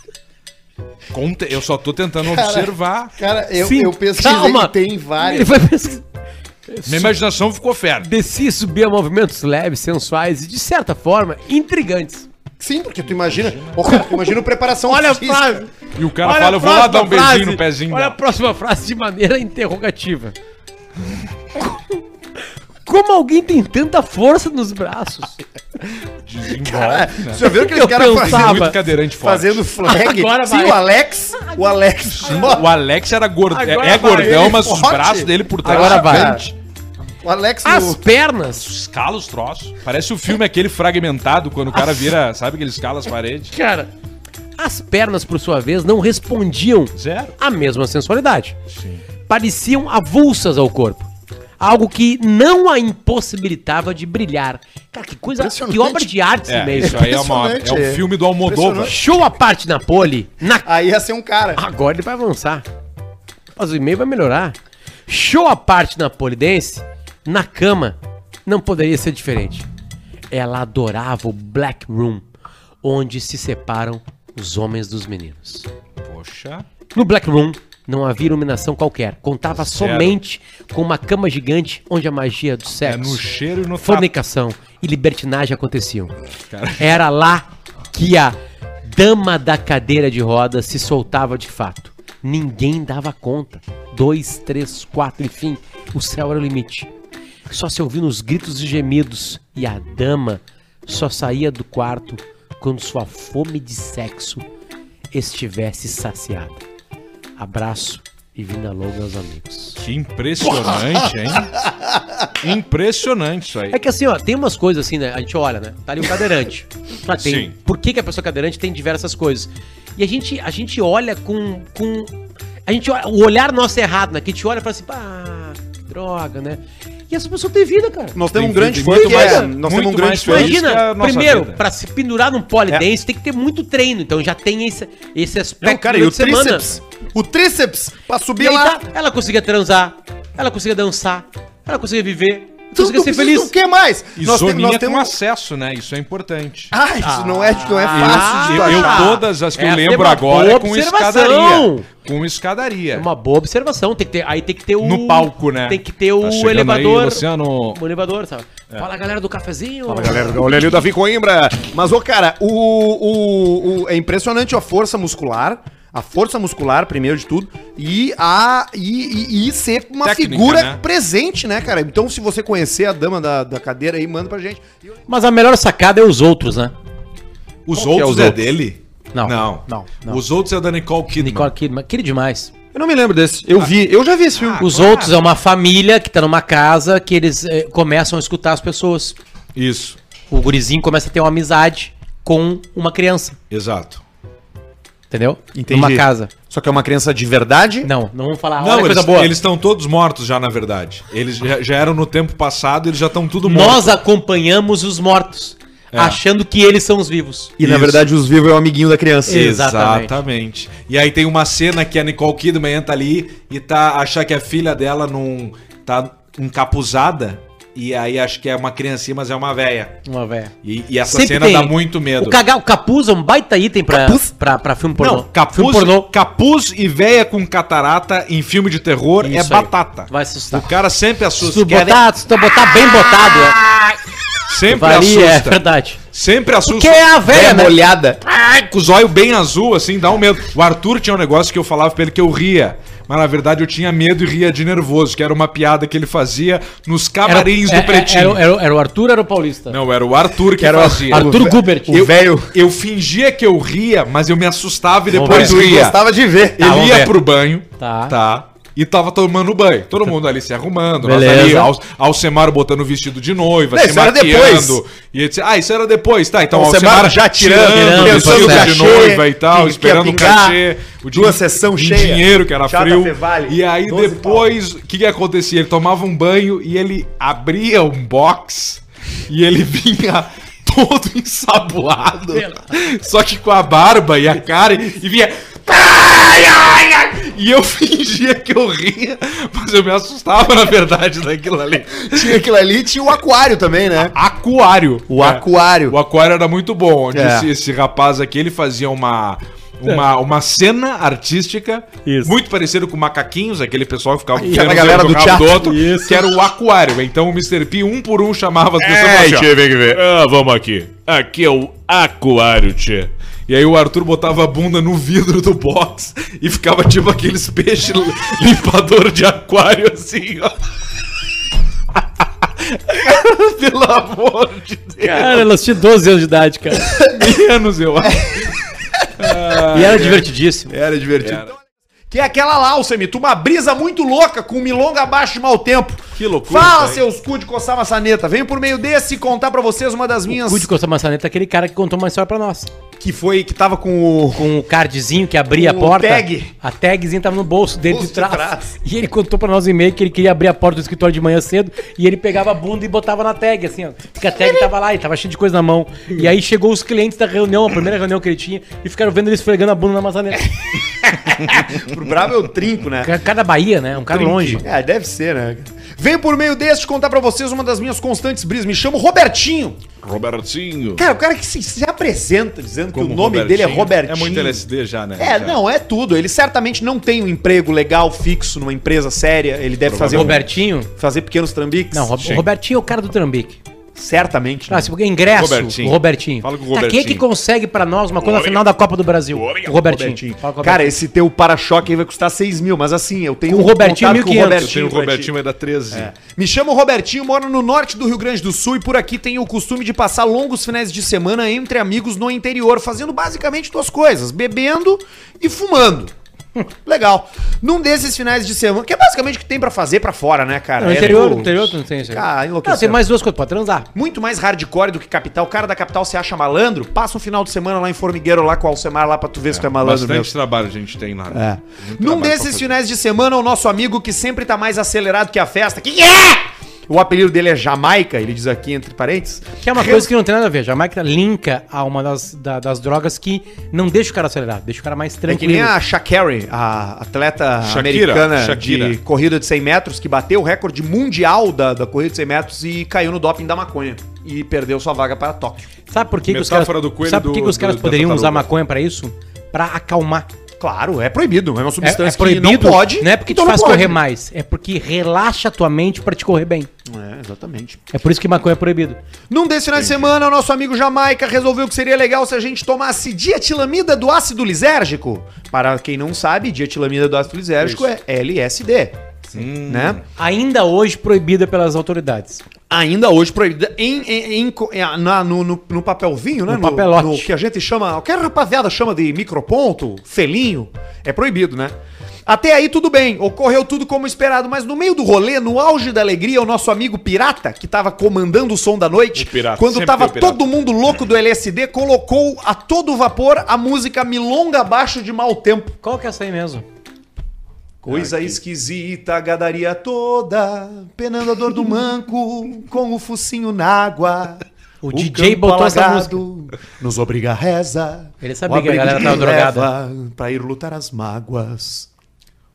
Speaker 2: Conte- Eu só tô tentando observar.
Speaker 4: Cara, eu,
Speaker 3: Sim,
Speaker 4: eu pesquisei
Speaker 3: calma.
Speaker 4: que tem
Speaker 3: Ele
Speaker 4: várias.
Speaker 3: vai pesquisar.
Speaker 2: Minha imaginação ficou fera.
Speaker 3: Descia e subia movimentos leves, sensuais e, de certa forma, intrigantes.
Speaker 4: Sim, porque tu imagina. Ô, cara, tu imagina preparação
Speaker 3: Olha a
Speaker 4: física.
Speaker 3: frase.
Speaker 2: E o cara
Speaker 3: Olha
Speaker 2: fala,
Speaker 3: a
Speaker 2: eu vou lá dar um
Speaker 3: próxima
Speaker 2: beijinho
Speaker 3: frase.
Speaker 2: no pezinho
Speaker 3: Olha a
Speaker 2: dela.
Speaker 3: próxima frase de maneira interrogativa. Como alguém tem tanta força nos braços?
Speaker 2: desenvolve, né?
Speaker 4: É, Você já viu aqueles
Speaker 3: Eu
Speaker 4: caras
Speaker 3: pensava.
Speaker 4: fazendo,
Speaker 2: Muito cadeirante forte.
Speaker 4: fazendo flag?
Speaker 3: Agora
Speaker 4: Sim,
Speaker 3: vai.
Speaker 4: o Alex. O Alex.
Speaker 2: O Alex era gordo, é,
Speaker 3: Agora
Speaker 2: é
Speaker 3: vai,
Speaker 2: gordão,
Speaker 4: ele
Speaker 2: mas os
Speaker 4: forte.
Speaker 2: braços dele por trás
Speaker 4: Agora vai.
Speaker 2: gigante.
Speaker 4: O Alex
Speaker 3: As
Speaker 4: no...
Speaker 3: pernas.
Speaker 2: Escala os troços. Parece o filme aquele fragmentado, quando o cara vira, sabe que ele escala as paredes.
Speaker 3: Cara, as pernas, por sua vez, não respondiam
Speaker 2: Zero.
Speaker 3: à mesma sensualidade.
Speaker 2: Sim.
Speaker 3: Pareciam avulsas ao corpo. Algo que não a impossibilitava de brilhar. Cara, que coisa.
Speaker 4: Impressionante.
Speaker 3: Que obra de arte
Speaker 2: É,
Speaker 3: mesmo.
Speaker 2: isso aí é, uma, é um
Speaker 4: Impressionante.
Speaker 2: filme do Almodóvar.
Speaker 3: Show à parte Napoli. Na...
Speaker 4: Aí ia ser um cara.
Speaker 3: Agora ele vai avançar. Mas o e-mail vai melhorar. Show à parte napolidense, na cama, não poderia ser diferente. Ela adorava o Black Room, onde se separam os homens dos meninos.
Speaker 2: Poxa.
Speaker 3: No Black Room não havia iluminação qualquer. Contava
Speaker 2: Zero.
Speaker 3: somente com uma cama gigante onde a magia do
Speaker 2: É
Speaker 3: sexo,
Speaker 2: no cheiro e no tato.
Speaker 3: fornicação e libertinagem aconteciam.
Speaker 2: Cara.
Speaker 3: Era lá que a dama da cadeira de rodas se soltava de fato. Ninguém dava conta. Dois, três, quatro, enfim, o céu era o limite. Só se ouviam os gritos e gemidos e a dama só saía do quarto quando sua fome de sexo estivesse saciada. Abraço e vinda longa aos amigos.
Speaker 2: Que impressionante, hein? Impressionante isso aí.
Speaker 3: É que assim, ó, tem umas coisas assim, né? A gente olha, né? Tá ali um cadeirante. Ah, tem-
Speaker 2: Sim.
Speaker 3: Por que, que a pessoa cadeirante tem diversas coisas? E a gente, a gente olha com. com a gente olha- o olhar nosso é errado, né? Que a gente olha e fala assim, pá, que droga, né? E essa pessoa tem vida, cara.
Speaker 4: Nós
Speaker 2: Tem
Speaker 4: temos um grande fã
Speaker 2: muito
Speaker 4: que
Speaker 2: mais-
Speaker 4: é. Nós temos
Speaker 2: muito
Speaker 4: um
Speaker 2: mais
Speaker 4: grande fã.
Speaker 2: fã. isso que é
Speaker 3: Imagina,
Speaker 2: a nossa
Speaker 3: primeiro,
Speaker 2: vida. É.
Speaker 3: pra se pendurar num polidense, tem que ter muito treino. Então já tem esse, esse aspecto
Speaker 4: Não, cara,
Speaker 3: do
Speaker 4: e
Speaker 3: meio
Speaker 4: é o tríceps? O tríceps pra
Speaker 3: E
Speaker 4: subir
Speaker 3: aí
Speaker 4: lá.
Speaker 3: tá, ela conseguia transar, ela conseguia dançar, ela conseguia viver,
Speaker 1: Então,
Speaker 4: Tu
Speaker 3: conseguia ser feliz.
Speaker 4: O que mais?
Speaker 2: E
Speaker 4: Nós, te-
Speaker 2: zoninha
Speaker 4: nós
Speaker 3: um
Speaker 2: com
Speaker 4: temos.
Speaker 2: acesso, né? Isso é importante.
Speaker 4: Ah, isso não é, não é fácil de
Speaker 2: eu, eu
Speaker 4: achar.
Speaker 2: todas as que eu
Speaker 3: Essa Ah, tá, é
Speaker 2: lembro
Speaker 3: uma
Speaker 2: agora
Speaker 3: boa
Speaker 2: é com
Speaker 3: observação.
Speaker 2: escadaria. Com escadaria.
Speaker 3: É uma boa observação. Tem que ter, aí tem que ter o.
Speaker 2: No palco, né?
Speaker 3: Tem que ter
Speaker 2: Tá
Speaker 3: o
Speaker 2: chegando
Speaker 3: elevador.
Speaker 2: Aí, Luciano. É.
Speaker 3: O elevador, sabe? Fala galera do cafezinho.
Speaker 4: Fala, galera. Olha ali o Davi Coimbra. Mas, ô, cara, o, o, o- é impressionante a força muscular. A força muscular, primeiro de tudo, e, a, e, e- e ser uma
Speaker 2: Técnica,
Speaker 4: figura
Speaker 2: né?
Speaker 4: presente, né, cara? Então, se você conhecer a dama da, da cadeira aí, manda pra gente.
Speaker 3: Mas a melhor sacada é os outros, né?
Speaker 2: Os
Speaker 3: Qual que é
Speaker 2: outros
Speaker 3: os
Speaker 2: é,
Speaker 3: outros?
Speaker 2: dele?
Speaker 3: Não.
Speaker 2: Não.
Speaker 3: Não, não.
Speaker 2: Os outros é da Nicole Kidman.
Speaker 3: Nicole Kidman. Querido demais.
Speaker 4: Eu não me lembro desse. Eu vi, eu já vi esse filme.
Speaker 3: os
Speaker 2: Ah, claro.
Speaker 3: outros é uma família que tá numa casa que eles eh, começam a escutar as pessoas.
Speaker 2: Isso,
Speaker 3: O gurizinho começa a ter uma amizade com uma criança.
Speaker 2: exato.
Speaker 3: Entendeu? Numa casa.
Speaker 4: Só que é uma criança de verdade.
Speaker 3: Não, não vamos falar.
Speaker 2: Não,
Speaker 3: Ah, Olha
Speaker 2: eles eles estão todos mortos já, na verdade. Eles já, já eram no tempo passado, eles já estão tudo mortos. É.
Speaker 3: Nós acompanhamos os mortos, achando que eles são os vivos.
Speaker 4: E, na
Speaker 2: Isso.
Speaker 4: verdade, os vivos é o amiguinho da criança.
Speaker 3: Isso.
Speaker 2: Exatamente.
Speaker 3: Exatamente.
Speaker 2: E aí tem uma cena que a Nicole Kidman entra ali e tá achar que a filha dela não tá encapuzada e aí acho que é uma criancinha, mas é uma véia.
Speaker 3: Uma véia.
Speaker 2: E, e essa
Speaker 3: Sempre
Speaker 2: cena
Speaker 3: tem.
Speaker 2: dá muito medo.
Speaker 3: O, caga, o capuz é um baita item pra,
Speaker 4: Capuz?
Speaker 3: pra, pra filme pornô.
Speaker 2: Não, capuz,
Speaker 3: filme pornô.
Speaker 2: capuz e véia com catarata em filme de terror é
Speaker 3: Isso aí.
Speaker 2: batata. O
Speaker 3: Vai assustar.
Speaker 2: cara sempre
Speaker 3: Se
Speaker 2: assusta.
Speaker 3: tu botar, se tu botar bem botado, é,
Speaker 2: Sempre
Speaker 3: varia, é
Speaker 2: assusta.
Speaker 3: verdade.
Speaker 2: Sempre assusta.
Speaker 3: Porque é a véia, né?
Speaker 4: molhada.
Speaker 2: Ai, com os olhos bem azul, assim, dá um medo. O Arthur tinha um negócio que eu falava pra ele que eu ria. Mas na verdade eu tinha medo e ria de nervoso, que era uma piada que ele fazia nos camarins
Speaker 3: é-
Speaker 2: do Pretinho.
Speaker 3: Era, era- era o Arthur ou era o Paulista?
Speaker 2: Não, era o Arthur que,
Speaker 4: era o
Speaker 2: fazia.
Speaker 3: Arthur
Speaker 4: ve-
Speaker 3: Gubert.
Speaker 4: O velho.
Speaker 2: Eu fingia que eu ria, mas eu me assustava e
Speaker 3: Vamos
Speaker 2: depois
Speaker 4: Arthur
Speaker 2: ria.
Speaker 4: gostava de ver.
Speaker 3: Tá,
Speaker 2: ele
Speaker 3: vamos
Speaker 2: ia
Speaker 3: ver.
Speaker 2: pro banho,
Speaker 3: Tá.
Speaker 2: E tava tomando banho. Todo
Speaker 4: Tá.
Speaker 2: mundo ali se arrumando, nós
Speaker 3: Beleza.
Speaker 2: ali, Al- Alcemar botando o vestido de noiva,
Speaker 4: Não, isso era depois.
Speaker 2: E ele disse, ah, isso era depois, tá? Então
Speaker 4: Alcemar já tirando,
Speaker 2: pensando
Speaker 3: pensando
Speaker 2: o
Speaker 3: no
Speaker 2: vestido de
Speaker 4: cachê,
Speaker 2: noiva e tal,
Speaker 4: que- que
Speaker 2: esperando
Speaker 4: ia
Speaker 2: o
Speaker 4: pingar,
Speaker 2: cachê, o
Speaker 4: duas sessão
Speaker 2: e
Speaker 4: cheia.
Speaker 2: dinheiro que era
Speaker 4: Chá da
Speaker 2: frio.
Speaker 4: Fevale,
Speaker 2: E aí
Speaker 4: 12
Speaker 2: depois, o que, que acontecia? Ele tomava um banho e ele abria um box e ele vinha todo ensaboado. Só que com a barba e a cara e vinha. "Ai, ai, ai", E eu fingia que eu ria, mas eu me assustava, na verdade, daquilo ali.
Speaker 4: Tinha aquilo ali, tinha o aquário também, né?
Speaker 2: Aquário.
Speaker 4: O
Speaker 2: É.
Speaker 4: aquário.
Speaker 2: O aquário era muito bom, onde
Speaker 4: É.
Speaker 2: esse, esse rapaz aqui, ele fazia uma... Uma, uma cena artística
Speaker 3: Isso.
Speaker 2: muito parecida com macaquinhos, aquele pessoal que ficava
Speaker 4: Aquela
Speaker 2: um
Speaker 4: galera
Speaker 2: dedo
Speaker 4: do
Speaker 2: no rabo
Speaker 4: teatro.
Speaker 2: outro, que era o aquário. Então o Mr. P, um por um, chamava as pessoas e falava assim, ó,
Speaker 5: que ver.
Speaker 2: ah, vamos aqui. Aqui é o aquário, tchê. E aí o Arthur botava a bunda no vidro do box e ficava tipo aqueles peixes l- limpador de aquário assim, ó.
Speaker 4: Pelo amor de Deus.
Speaker 3: Cara, elas tinham 12 anos de idade, cara.
Speaker 2: Menos, eu acho. Ah,
Speaker 3: e
Speaker 2: é.
Speaker 3: era divertidíssimo.
Speaker 4: Era divertido.
Speaker 2: Era.
Speaker 1: Que é aquela lá, o Semito, uma brisa muito louca com milonga abaixo de mau tempo.
Speaker 2: Que loucura.
Speaker 1: Fala,
Speaker 2: isso aí.
Speaker 1: seus cu de coçar maçaneta. Venho por meio desse contar pra vocês uma das minhas.
Speaker 3: O de Costa Maçaneta é aquele cara que contou uma história pra nós.
Speaker 1: Que foi, que tava com o.
Speaker 3: Com o cardzinho que abria a
Speaker 1: Com o
Speaker 3: porta.
Speaker 1: tag.
Speaker 3: A tagzinha tava no bolso dele
Speaker 1: Bolso
Speaker 3: de,
Speaker 1: de
Speaker 3: trás.
Speaker 1: trás.
Speaker 3: E ele contou pra nós um e-mail que ele queria abrir a porta do escritório de manhã cedo e ele pegava a bunda e botava na tag, assim, ó. Porque a tag tava lá e tava cheio de coisa na mão. E aí chegou os clientes da reunião, a primeira reunião que ele tinha, e ficaram vendo ele esfregando a bunda na maçaneta.
Speaker 1: Pro brabo é o trinco, né?
Speaker 3: Cada Bahia, né? Um cara longe.
Speaker 1: É, deve ser, né? Venho por meio deste contar pra vocês uma das minhas constantes brisas. Me chamo Robertinho.
Speaker 2: Robertinho.
Speaker 1: Cara, o cara que se, se apresenta dizendo que o nome
Speaker 2: Robertinho.
Speaker 1: dele é Robertinho.
Speaker 2: É muito LSD já, né? Já.
Speaker 1: É, não, é tudo. Ele certamente não tem um emprego legal fixo numa empresa séria. Ele deve fazer, um-
Speaker 3: Robertinho?
Speaker 1: fazer pequenos trambiques.
Speaker 3: Não, Rob-
Speaker 2: Sim.
Speaker 3: o Robertinho é o cara do Trambique.
Speaker 1: certamente.
Speaker 3: Ah, se porque ingresso,
Speaker 2: Robertinho.
Speaker 3: o Robertinho.
Speaker 2: Fala com o
Speaker 3: Tá, quem é
Speaker 2: Robertinho.
Speaker 3: que consegue pra nós uma coisa na final da Copa do Brasil? O Robertinho.
Speaker 1: Robertinho.
Speaker 3: Fala com o
Speaker 1: Cara, esse teu para-choque aí vai custar 6 mil, mas assim, eu tenho
Speaker 3: Com o Robertinho,
Speaker 1: contato com
Speaker 3: 1.500.
Speaker 2: Eu tenho o
Speaker 1: pra ti.
Speaker 2: Robertinho, é vai dar 13.
Speaker 1: Me chamo Robertinho, moro no norte do Rio Grande do Sul e por aqui tenho o costume de passar longos finais de semana entre amigos no interior, fazendo basicamente duas coisas: bebendo e fumando. Legal. Num desses finais de semana, que é basicamente o que tem pra fazer pra fora, né, cara?
Speaker 3: No
Speaker 1: É
Speaker 3: interior,
Speaker 1: meio-
Speaker 3: no interior tu não tem isso aí.
Speaker 2: Ah,
Speaker 1: Cara, enlouqueceu.
Speaker 3: Não, tem mais duas coisas pra transar.
Speaker 1: Muito mais hardcore do que capital. O cara da capital se acha malandro, passa um final de semana lá em Formigueiro, lá com o Alcemar, lá pra tu ver se tu é malandro
Speaker 2: Bastante
Speaker 1: mesmo. É.
Speaker 2: trabalho a gente tem lá. né? Muito
Speaker 1: Num
Speaker 2: trabalho pra
Speaker 1: desses
Speaker 2: fazer.
Speaker 1: finais de semana, o nosso amigo que sempre tá mais acelerado que a festa. Que é? O apelido dele é Jamaica, ele diz aqui entre parênteses.
Speaker 3: Que é uma coisa que não tem nada a ver. Jamaica linka a uma das, da- das drogas que não deixa o cara acelerado, deixa o cara mais
Speaker 1: É que nem
Speaker 3: tranquilo.
Speaker 1: a Shakari, a atleta
Speaker 2: Shakira,
Speaker 1: americana
Speaker 2: Shakira.
Speaker 1: de corrida de 100 metros, que bateu o recorde mundial da, da corrida de 100 metros e caiu no doping da maconha. E perdeu sua vaga para Tóquio.
Speaker 3: Sabe por que, que os
Speaker 2: Metáfora
Speaker 3: caras,
Speaker 2: do coelho
Speaker 3: sabe por que,
Speaker 2: do-
Speaker 3: que os caras
Speaker 2: do- da
Speaker 3: poderiam usar
Speaker 2: tartaruga.
Speaker 3: maconha pra isso? Pra acalmar.
Speaker 1: Claro, é proibido. É uma
Speaker 3: É,
Speaker 1: substância
Speaker 3: é proibido,
Speaker 1: que não pode.
Speaker 3: Não é porque
Speaker 1: então
Speaker 3: te
Speaker 1: não
Speaker 3: faz
Speaker 1: pode.
Speaker 3: correr mais, é porque relaxa a tua mente pra te correr bem.
Speaker 1: É, exatamente.
Speaker 3: É por isso que maconha é proibido.
Speaker 1: Num desse final de semana, o nosso amigo Jamaica resolveu que seria legal se a gente tomasse dietilamida do ácido lisérgico. Para quem não sabe, dietilamida do ácido lisérgico é LSD,
Speaker 2: Hum.
Speaker 1: né?
Speaker 3: Ainda hoje proibida pelas autoridades.
Speaker 1: Ainda hoje proibida em, em- em co- eh, na- no, no, no papel vinho, né?
Speaker 3: No papelote.
Speaker 1: No que a gente chama, o que a rapaziada chama de microponto, felinho, é proibido, né? Até aí tudo bem, ocorreu tudo como esperado, mas no meio do rolê, no auge da alegria, o nosso amigo pirata, que tava comandando o som da noite,
Speaker 2: O pirata,
Speaker 1: quando
Speaker 2: sempre
Speaker 1: tava
Speaker 2: tem o pirata.
Speaker 1: todo mundo louco do LSD, colocou a todo vapor a música Milonga Abaixo de Mau Tempo.
Speaker 3: Qual que é essa aí mesmo?
Speaker 1: Coisa esquisita, a gadaria toda, penando a dor do manco, com o focinho na água.
Speaker 3: O DJ
Speaker 1: campo
Speaker 3: botou essa
Speaker 1: alagado Nos obriga a reza.
Speaker 3: Ele sabia
Speaker 1: o
Speaker 3: que a
Speaker 1: abrigo
Speaker 3: galera tava
Speaker 1: que
Speaker 3: drogada.
Speaker 1: leva Pra ir lutar as mágoas.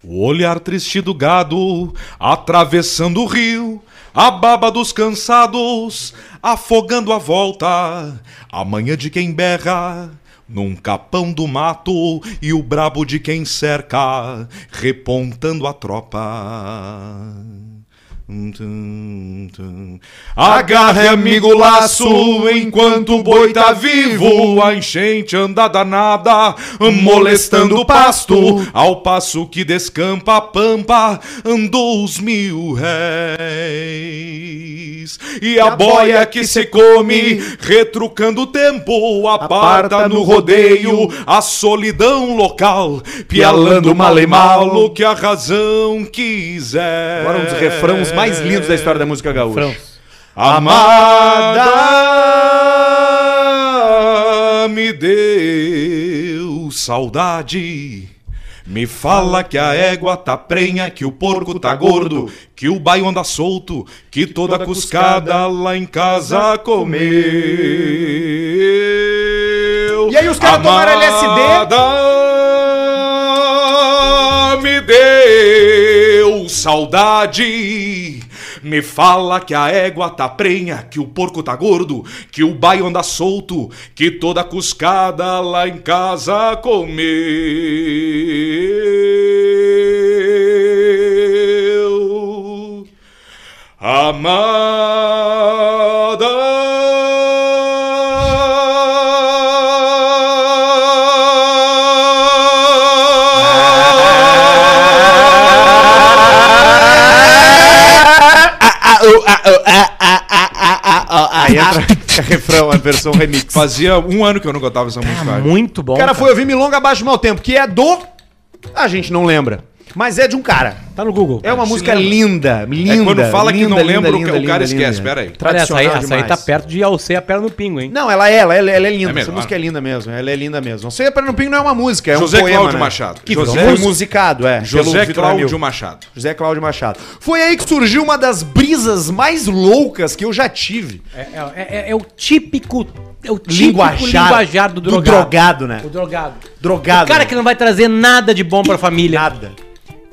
Speaker 2: O olhar triste do gado, atravessando o rio, a baba dos cansados, afogando a volta, a manhã de quem berra, num capão do mato, e o brabo de quem cerca, repontando a tropa. Hum, tum, tum. Agarre, amigo, o laço, enquanto o boi tá vivo, a enchente anda danada, molestando o pasto, ao passo que descampa a pampa, andou os mil réis. E a boia que se come, retrucando o tempo, aparta no rodeio a solidão local, pialando malemalo que a razão quiser.
Speaker 1: Agora
Speaker 3: É,
Speaker 1: um dos refrãos mais lindos da história da música gaúcha.
Speaker 3: Frão.
Speaker 2: Amada me deu saudade. Me fala que a égua tá prenha, que o porco tá gordo, que o baio anda solto, que toda cuscada lá em casa comeu.
Speaker 1: E aí os caras tomaram LSD?
Speaker 2: Amada me deu saudade. Me fala que a égua tá prenha, que o porco tá gordo, que o baio anda solto, que toda cuscada lá em casa comeu. Amada.
Speaker 1: refrão, é refrão, a versão remix.
Speaker 2: Fazia um ano que eu não cantava essa música.
Speaker 1: Tá
Speaker 3: Ah,
Speaker 2: cara.
Speaker 3: muito bom.
Speaker 1: O cara foi ouvir Milonga Abaixo do Mau Tempo, que é do. A gente não lembra. Mas é de um cara.
Speaker 3: Tá no Google.
Speaker 1: É uma
Speaker 2: Se
Speaker 1: música
Speaker 2: lembra.
Speaker 1: linda, linda.
Speaker 2: É, quando fala que
Speaker 1: linda,
Speaker 2: não lembra, o ca- o cara esquece,
Speaker 1: linda.
Speaker 2: pera aí.
Speaker 3: Olha, essa aí,
Speaker 1: Tradicional
Speaker 3: essa aí tá
Speaker 1: demais.
Speaker 3: perto de Alcei a perna no pingo, hein?
Speaker 1: Não, ela é, ela é, ela é linda.
Speaker 2: melhor.
Speaker 1: Essa música é linda mesmo. Ela é linda mesmo. Não sei, Pera no Pingo não é uma música, é
Speaker 2: José
Speaker 1: um poema.
Speaker 2: Cláudio
Speaker 1: né?
Speaker 2: Machado.
Speaker 1: Que
Speaker 2: José-
Speaker 1: foi musicado, é.
Speaker 2: José
Speaker 1: pelo Vitor
Speaker 2: Cláudio
Speaker 1: Hamilton.
Speaker 2: Machado.
Speaker 1: José Cláudio Machado. Foi aí que surgiu uma das brisas mais loucas que eu já tive.
Speaker 3: É, é- é- é o típico, é o típico
Speaker 1: Linguajar.
Speaker 3: linguajar do drogado.
Speaker 1: drogado, né?
Speaker 3: O drogado.
Speaker 1: Drogado.
Speaker 3: O cara que não vai trazer nada de bom pra família.
Speaker 1: Nada.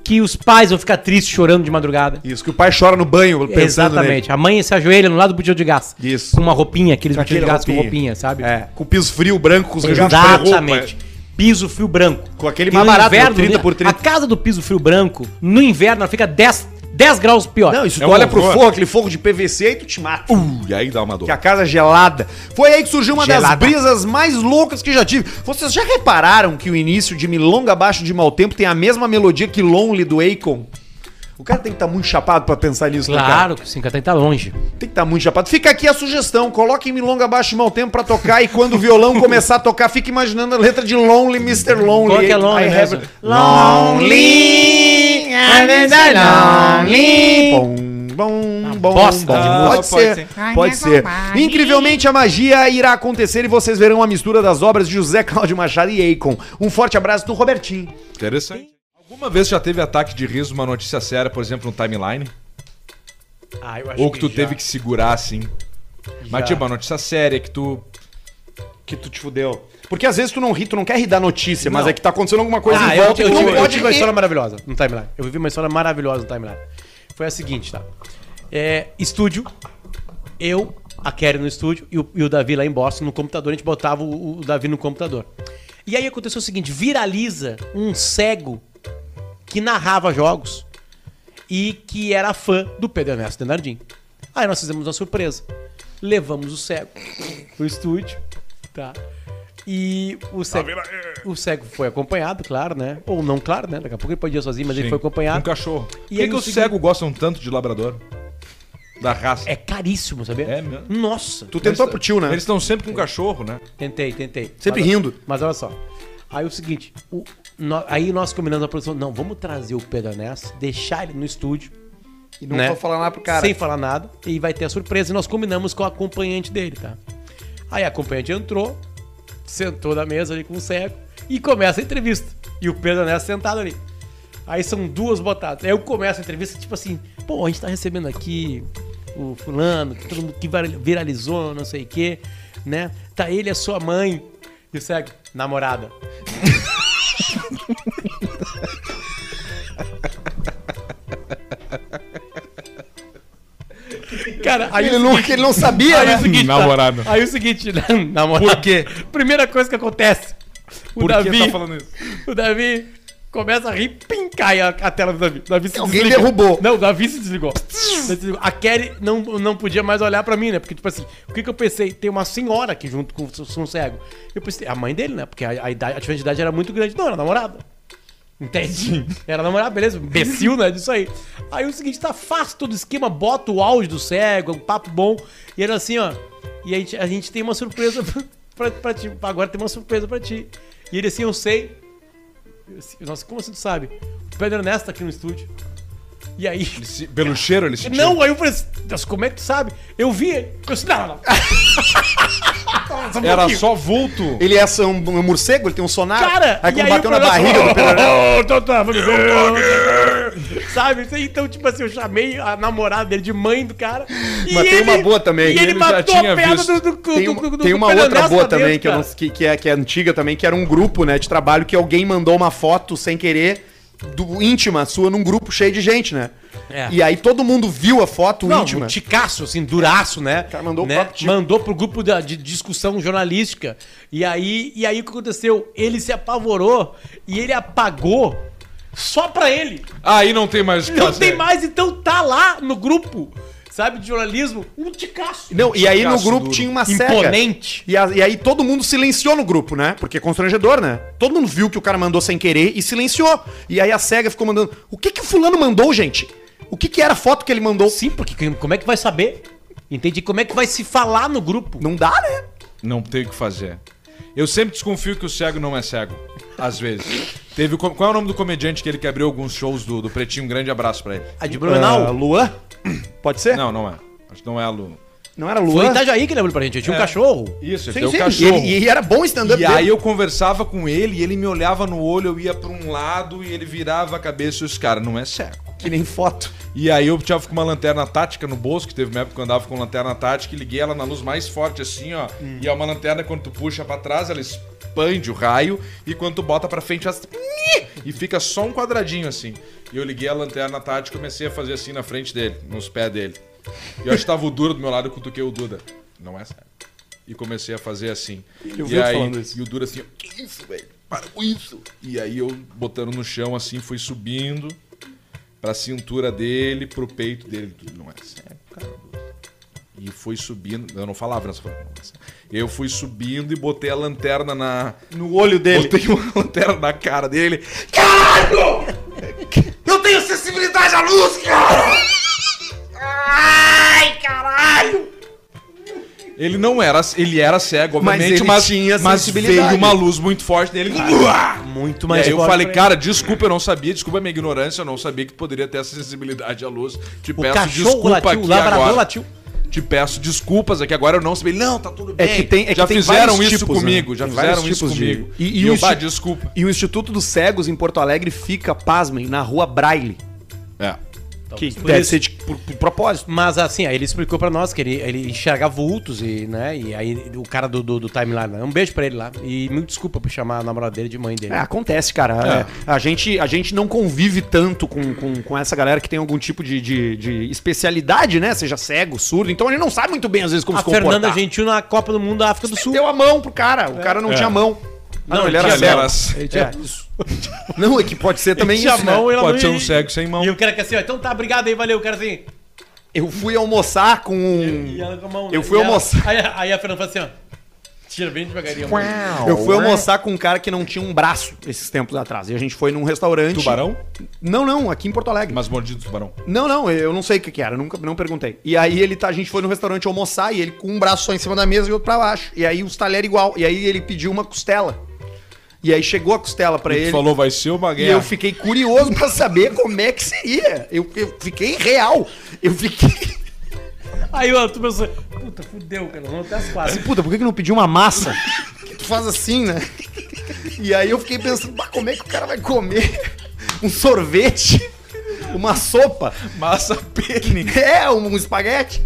Speaker 3: Que os pais vão ficar tristes chorando de madrugada.
Speaker 1: Isso, que o pai chora no banho pensando
Speaker 3: Exatamente. A mãe se ajoelha no lado do botijão de gás.
Speaker 1: Isso.
Speaker 3: Com uma roupinha, aqueles
Speaker 1: Com
Speaker 3: botijão de
Speaker 1: aquela
Speaker 3: gás com
Speaker 1: roupinha.
Speaker 3: roupinha, sabe?
Speaker 1: nele. É, com piso frio, branco, com os registros de
Speaker 3: Exatamente. Piso frio branco.
Speaker 1: é. Com aquele
Speaker 3: E
Speaker 1: mais
Speaker 3: no
Speaker 1: barato,
Speaker 3: inverno,
Speaker 1: 30
Speaker 3: né,
Speaker 1: por 30.
Speaker 3: A casa do piso frio branco, no inverno, ela fica 10, 10 graus pior.
Speaker 1: Não, isso
Speaker 2: É
Speaker 1: tu
Speaker 2: um
Speaker 1: olha pro
Speaker 2: horror.
Speaker 1: fogo, aquele fogo de PVC aí tu te mata.
Speaker 2: E aí dá uma dor.
Speaker 1: Que a casa é gelada. Foi aí que surgiu uma das
Speaker 3: Uh. Gelada.
Speaker 1: brisas mais loucas que já tive. Vocês já repararam que o início de Milonga Abaixo de Mau Tempo tem a mesma melodia que Lonely do Akon? O cara tem que estar muito chapado pra pensar nisso, né, cara?
Speaker 3: Claro que o 50 tá longe.
Speaker 1: Tem que estar muito chapado. Fica aqui a sugestão. Coloquem Milonga Abaixo de Mau Tempo pra tocar e quando o violão começar a tocar, fica imaginando a letra de Lonely, Mr. Lonely.
Speaker 3: Qual que é Lonely
Speaker 1: I
Speaker 3: mesmo?
Speaker 1: have- Lonely, I am lonely. Bom, bom, bom,
Speaker 3: bosta
Speaker 1: bom.
Speaker 3: de
Speaker 2: música.
Speaker 1: Pode ser, pode ser. Incrivelmente, a magia irá acontecer e vocês verão a mistura das obras de José Cláudio Machado e Akon. Um forte abraço do Robertinho.
Speaker 2: Interessante. Alguma vez já teve ataque de riso, uma notícia séria, por exemplo, no timeline?
Speaker 3: Ah, eu acho
Speaker 2: Ou que tu teve que segurar assim? Mas tipo, uma notícia séria que tu.
Speaker 1: Que tu te fudeu. Porque às vezes tu não ri, tu não quer rir da notícia, mas é que tá acontecendo alguma coisa
Speaker 3: Ah,
Speaker 1: em
Speaker 3: eu,
Speaker 1: volta
Speaker 3: eu,
Speaker 1: e tu
Speaker 3: tive-
Speaker 1: não
Speaker 3: eu
Speaker 1: pode
Speaker 3: tive uma
Speaker 1: rir.
Speaker 3: história maravilhosa no timeline. Eu vivi uma história maravilhosa no timeline. Foi a seguinte, tá? É, estúdio, eu, a Kelly no estúdio e o, e o Davi lá em Boston no computador. A gente botava o, o Davi no computador. E aí aconteceu o seguinte: viraliza um cego que narrava jogos e que era fã do Pedro Ernesto Denardim. Aí nós fizemos uma surpresa. Levamos o cego pro estúdio, tá? E o cego, o cego foi acompanhado, claro, né? Ou não, claro, né? Daqui a pouco ele podia ir sozinho, mas ele foi
Speaker 2: Um
Speaker 3: acompanhado.
Speaker 2: cachorro. Por
Speaker 3: E
Speaker 2: que,
Speaker 3: aí
Speaker 2: que
Speaker 3: no
Speaker 2: os
Speaker 3: seguinte-
Speaker 2: cegos gostam tanto de labrador? Da raça.
Speaker 3: É caríssimo, sabia?
Speaker 2: É mesmo?
Speaker 3: Nossa.
Speaker 1: Tu tentou pro tio, né?
Speaker 2: Eles estão sempre com um cachorro, né?
Speaker 3: Tentei, tentei.
Speaker 1: Sempre
Speaker 3: Mas-
Speaker 1: rindo.
Speaker 3: Mas olha só. Aí o seguinte, o- nó- aí nós combinamos a produção, não, vamos trazer o Pedro Ernesto, deixar ele no estúdio,
Speaker 1: E não
Speaker 3: né?
Speaker 1: vou falar nada pro cara.
Speaker 3: sem falar nada, e vai ter a surpresa. E nós combinamos com a acompanhante dele, tá? Aí a acompanhante entrou, sentou na mesa ali com o cego e começa a entrevista. E o Pedro Ernesto sentado ali. Aí são duas botadas. Aí eu começo a entrevista, tipo assim, pô, a gente tá recebendo aqui o fulano, que todo mundo que vira- viralizou, não sei o quê, né? Tá ele, a sua mãe. E o cego, namorada. Cara, aí
Speaker 1: Ele
Speaker 3: o
Speaker 1: não,
Speaker 3: seguinte-
Speaker 1: ele não sabia,
Speaker 3: Aí
Speaker 1: né?
Speaker 3: o seguinte, tá?
Speaker 2: Namorado.
Speaker 3: Aí o seguinte, né? namorado.
Speaker 2: Por quê?
Speaker 3: Primeira coisa que acontece. O
Speaker 2: Por que
Speaker 3: Davi,
Speaker 2: tá falando isso?
Speaker 3: o Davi começa a rir, pim, cai a, a tela do Davi. O Davi se
Speaker 1: Alguém derrubou.
Speaker 3: Não, o Davi se desligou. Se desligou. A Kelly não, não podia mais olhar pra mim, né? Porque, tipo assim, o que, que eu pensei? Tem uma senhora aqui junto com o um cego. Eu pensei, a mãe dele, né? Porque a, a, idade, a diferença de idade era muito grande. Não, era namorada. Entendi. Era namorado, beleza? Imbecil, né? Disso aí. Aí o seguinte, tá, faz todo o esquema, bota o áudio do cego, é um papo bom. E era assim, ó. E a gente, a gente tem uma surpresa pra, pra ti. Agora tem uma surpresa pra ti. E ele assim, eu sei. Eu assim, Nossa, como assim tu sabe? O Pedro Ernesto tá aqui no estúdio. E aí.
Speaker 2: Ele se- Pelo cheiro, eles sentiu.
Speaker 3: Não, aí eu falei assim, "Nossa, como é que tu sabe? Eu vi. ele." Eu disse, não, não, não.
Speaker 2: Era só vulto.
Speaker 1: Ele é só um, um morcego, ele tem um sonar.
Speaker 3: Cara,
Speaker 1: aí
Speaker 3: e
Speaker 1: quando
Speaker 3: aí
Speaker 1: bateu
Speaker 3: o é
Speaker 1: na
Speaker 3: programa-
Speaker 1: barriga do Pedro Ernesto,
Speaker 3: tá, Sabe? Então, tipo assim, eu chamei a namorada dele de mãe do cara. e
Speaker 1: Mas tem uma boa também,
Speaker 3: E
Speaker 1: que
Speaker 3: ele,
Speaker 2: ele já
Speaker 3: matou
Speaker 2: tinha
Speaker 3: a perna
Speaker 2: visto.
Speaker 3: do, do, do,
Speaker 1: Tem
Speaker 3: do-
Speaker 1: uma,
Speaker 3: do- do
Speaker 1: tem uma
Speaker 3: Pedro
Speaker 1: outra
Speaker 3: Ernesto
Speaker 1: boa
Speaker 3: lá
Speaker 1: também,
Speaker 3: dentro,
Speaker 1: que, eu não-
Speaker 3: cara.
Speaker 1: que, que é, que é antiga também, que era um grupo né, de trabalho que alguém mandou uma foto sem querer do íntima sua num grupo cheio de gente, né?
Speaker 3: É.
Speaker 1: E aí todo mundo viu a foto
Speaker 3: Não,
Speaker 1: íntima.
Speaker 3: um ticaço, assim, duraço, né?
Speaker 1: cara mandou o
Speaker 3: né?
Speaker 1: próprio tico.
Speaker 3: Mandou pro grupo da- de discussão jornalística. E aí, e aí o que aconteceu? Ele se apavorou e ele apagou só pra ele.
Speaker 1: Tá
Speaker 2: Aí não tem mais.
Speaker 3: Não
Speaker 2: caso,
Speaker 3: tem
Speaker 2: né?
Speaker 3: mais, então tá lá no grupo, sabe, de jornalismo, um ticaço.
Speaker 1: Não, e aí no
Speaker 2: Ticaço
Speaker 1: grupo
Speaker 2: duro.
Speaker 1: tinha uma seca.
Speaker 3: imponente.
Speaker 1: E, a- e aí todo mundo silenciou no grupo, né? Porque é constrangedor, né? Todo mundo viu que o cara mandou sem querer e silenciou. E aí a SEGA ficou mandando. O que que o fulano mandou, gente? O que que era a foto que ele mandou?
Speaker 3: Sim, porque quem- como é que vai saber? Entende? Como é que vai se falar no grupo?
Speaker 1: Não dá, né?
Speaker 2: Não tem o que fazer. Eu sempre desconfio que o cego não é cego. Às vezes. Teve. o com- Qual é o nome do comediante que ele que abriu alguns shows do, do Pretinho? Um grande abraço pra ele.
Speaker 3: A de Blumenau?
Speaker 1: Ah, Luan? Pode ser? Não,
Speaker 2: Não, não é. Acho que não é aluno.
Speaker 1: era
Speaker 3: Foi
Speaker 1: Luan?
Speaker 3: Itajaí que ele abriu pra gente. Eu tinha um
Speaker 2: É.
Speaker 3: cachorro.
Speaker 2: Isso, ele
Speaker 1: Sim,
Speaker 2: tem o
Speaker 1: sim.
Speaker 2: cachorro.
Speaker 1: E, ele- e era bom o stand-up
Speaker 2: E
Speaker 1: dele.
Speaker 2: aí eu conversava com ele e ele me olhava no olho, eu ia pra um lado e ele virava a cabeça e os caras, não é cego.
Speaker 1: Que nem foto.
Speaker 2: E aí eu tava com uma lanterna tática no bolso, que teve uma época que eu andava com lanterna tática e liguei ela na luz mais forte assim, ó. E é uma lanterna, quando tu puxa pra trás, ela expande o raio e quando tu bota pra frente, ela... E fica só um quadradinho assim. E eu liguei a lanterna tática e comecei a fazer assim na frente dele, nos pés dele. E eu acho que tava o Dura do meu lado, eu cutuquei o Duda. Não é cego. E comecei a fazer assim.
Speaker 1: Eu vi
Speaker 2: e
Speaker 1: tu
Speaker 2: aí,
Speaker 1: falando isso.
Speaker 2: e o Dura assim, ó, que isso, velho? Para com isso. E aí eu botando no chão assim, fui subindo pra cintura dele, pro peito dele. Tudo Não é sério, cara. E fui subindo. Eu não falava nessa forma. Eu fui subindo e botei a lanterna na.
Speaker 1: No olho dele.
Speaker 2: Botei uma lanterna na cara dele. Caralho! Eu tenho sensibilidade à luz, cara! Ai, caralho! Ele não era. Ele era cego,
Speaker 1: Mas
Speaker 2: obviamente, mas,
Speaker 1: ele tinha
Speaker 2: mas
Speaker 1: sensibilidade.
Speaker 2: veio uma luz muito forte dele.
Speaker 3: Muito
Speaker 2: E
Speaker 3: mais
Speaker 2: aí eu
Speaker 3: forte
Speaker 2: falei,
Speaker 3: pra ele.
Speaker 2: cara, desculpa, eu não sabia, desculpa a minha ignorância, eu não sabia que poderia ter essa sensibilidade à luz. Te
Speaker 3: O
Speaker 2: peço
Speaker 3: cachorro
Speaker 2: desculpa
Speaker 3: latiu, o
Speaker 2: aqui
Speaker 3: labrador
Speaker 2: agora.
Speaker 3: latiu.
Speaker 2: Te peço desculpas aqui agora, eu não sabia. Não, tá tudo bem.
Speaker 1: que tem- é que
Speaker 2: já
Speaker 1: tem
Speaker 2: fizeram
Speaker 1: vários
Speaker 2: isso
Speaker 1: tipos,
Speaker 2: comigo,
Speaker 1: né?
Speaker 2: já
Speaker 1: Tem
Speaker 2: fizeram
Speaker 1: vários
Speaker 2: isso
Speaker 1: tipos de-
Speaker 2: comigo.
Speaker 1: E- e
Speaker 2: eu,
Speaker 1: o
Speaker 2: bah,
Speaker 1: esti-
Speaker 2: desculpa.
Speaker 1: E o Instituto dos Cegos em Porto Alegre fica, pasmem, na rua Braille.
Speaker 2: É.
Speaker 1: Que
Speaker 3: por
Speaker 1: deve
Speaker 3: isso.
Speaker 1: ser de, por, por propósito.
Speaker 3: Mas assim, aí ele explicou pra nós que ele, ele enxerga vultos e, né? E aí o cara do, do, do timeline lá, um beijo pra ele lá. E me desculpa por chamar a namorada dele de mãe dele.
Speaker 1: É, acontece, cara. É, a, gente, a gente não convive tanto com, com, com essa galera que tem algum tipo de, de, de especialidade, né? Seja cego, surdo. Então a gente não sabe muito bem, às vezes, como
Speaker 3: a
Speaker 1: se comportar. é um
Speaker 3: Fernanda Gentil na Copa do Mundo da África do Sul.
Speaker 1: Deu a mão pro cara. O cara não tinha mão. Ah,
Speaker 3: É. Não, ele
Speaker 2: Era
Speaker 3: tinha
Speaker 2: cego.
Speaker 3: mão.
Speaker 2: Era-
Speaker 3: Ele tinha-
Speaker 1: É, isso. Não, é que pode ser também
Speaker 3: tinha
Speaker 1: isso, é né?
Speaker 3: mão, ela
Speaker 2: Pode ser
Speaker 3: não-
Speaker 2: um cego sem mão.
Speaker 3: E o cara que assim, ó, então tá, obrigado aí, valeu, o cara assim.
Speaker 1: Eu fui almoçar com um...
Speaker 3: E ela com a mão,
Speaker 1: Eu
Speaker 3: né?
Speaker 1: fui
Speaker 3: E ela-
Speaker 1: almoçar.
Speaker 3: Aí, a- aí a Fernanda falou assim, ó. Tira bem devagarinho. a mão.
Speaker 1: Eu fui almoçar com um cara que não tinha um braço esses tempos atrás. E a gente foi num restaurante.
Speaker 2: Tubarão?
Speaker 1: Não, não, aqui em Porto Alegre.
Speaker 2: Mas mordido do tubarão.
Speaker 1: Não, não, eu não sei o que, que era, nunca não perguntei. E aí ele tá, a gente foi no restaurante almoçar e ele com um braço só em cima da mesa e outro pra baixo. E aí os talheres igual. E aí ele pediu uma costela. E aí chegou a costela pra
Speaker 2: E tu
Speaker 1: ele.
Speaker 2: falou, vai ser uma
Speaker 1: E
Speaker 2: guerra.
Speaker 1: eu fiquei curioso pra saber como é que seria. Eu, eu fiquei real. Eu fiquei.
Speaker 3: Aí ó, tu pensou, puta, fudeu, cara, não até as quatro.
Speaker 1: Assim, puta, por que, que não pediu uma massa? Que tu faz assim, né? E aí eu fiquei pensando, "Bah, como é que o cara vai comer um sorvete? Uma sopa?
Speaker 2: Massa pene.
Speaker 1: É, um espaguete.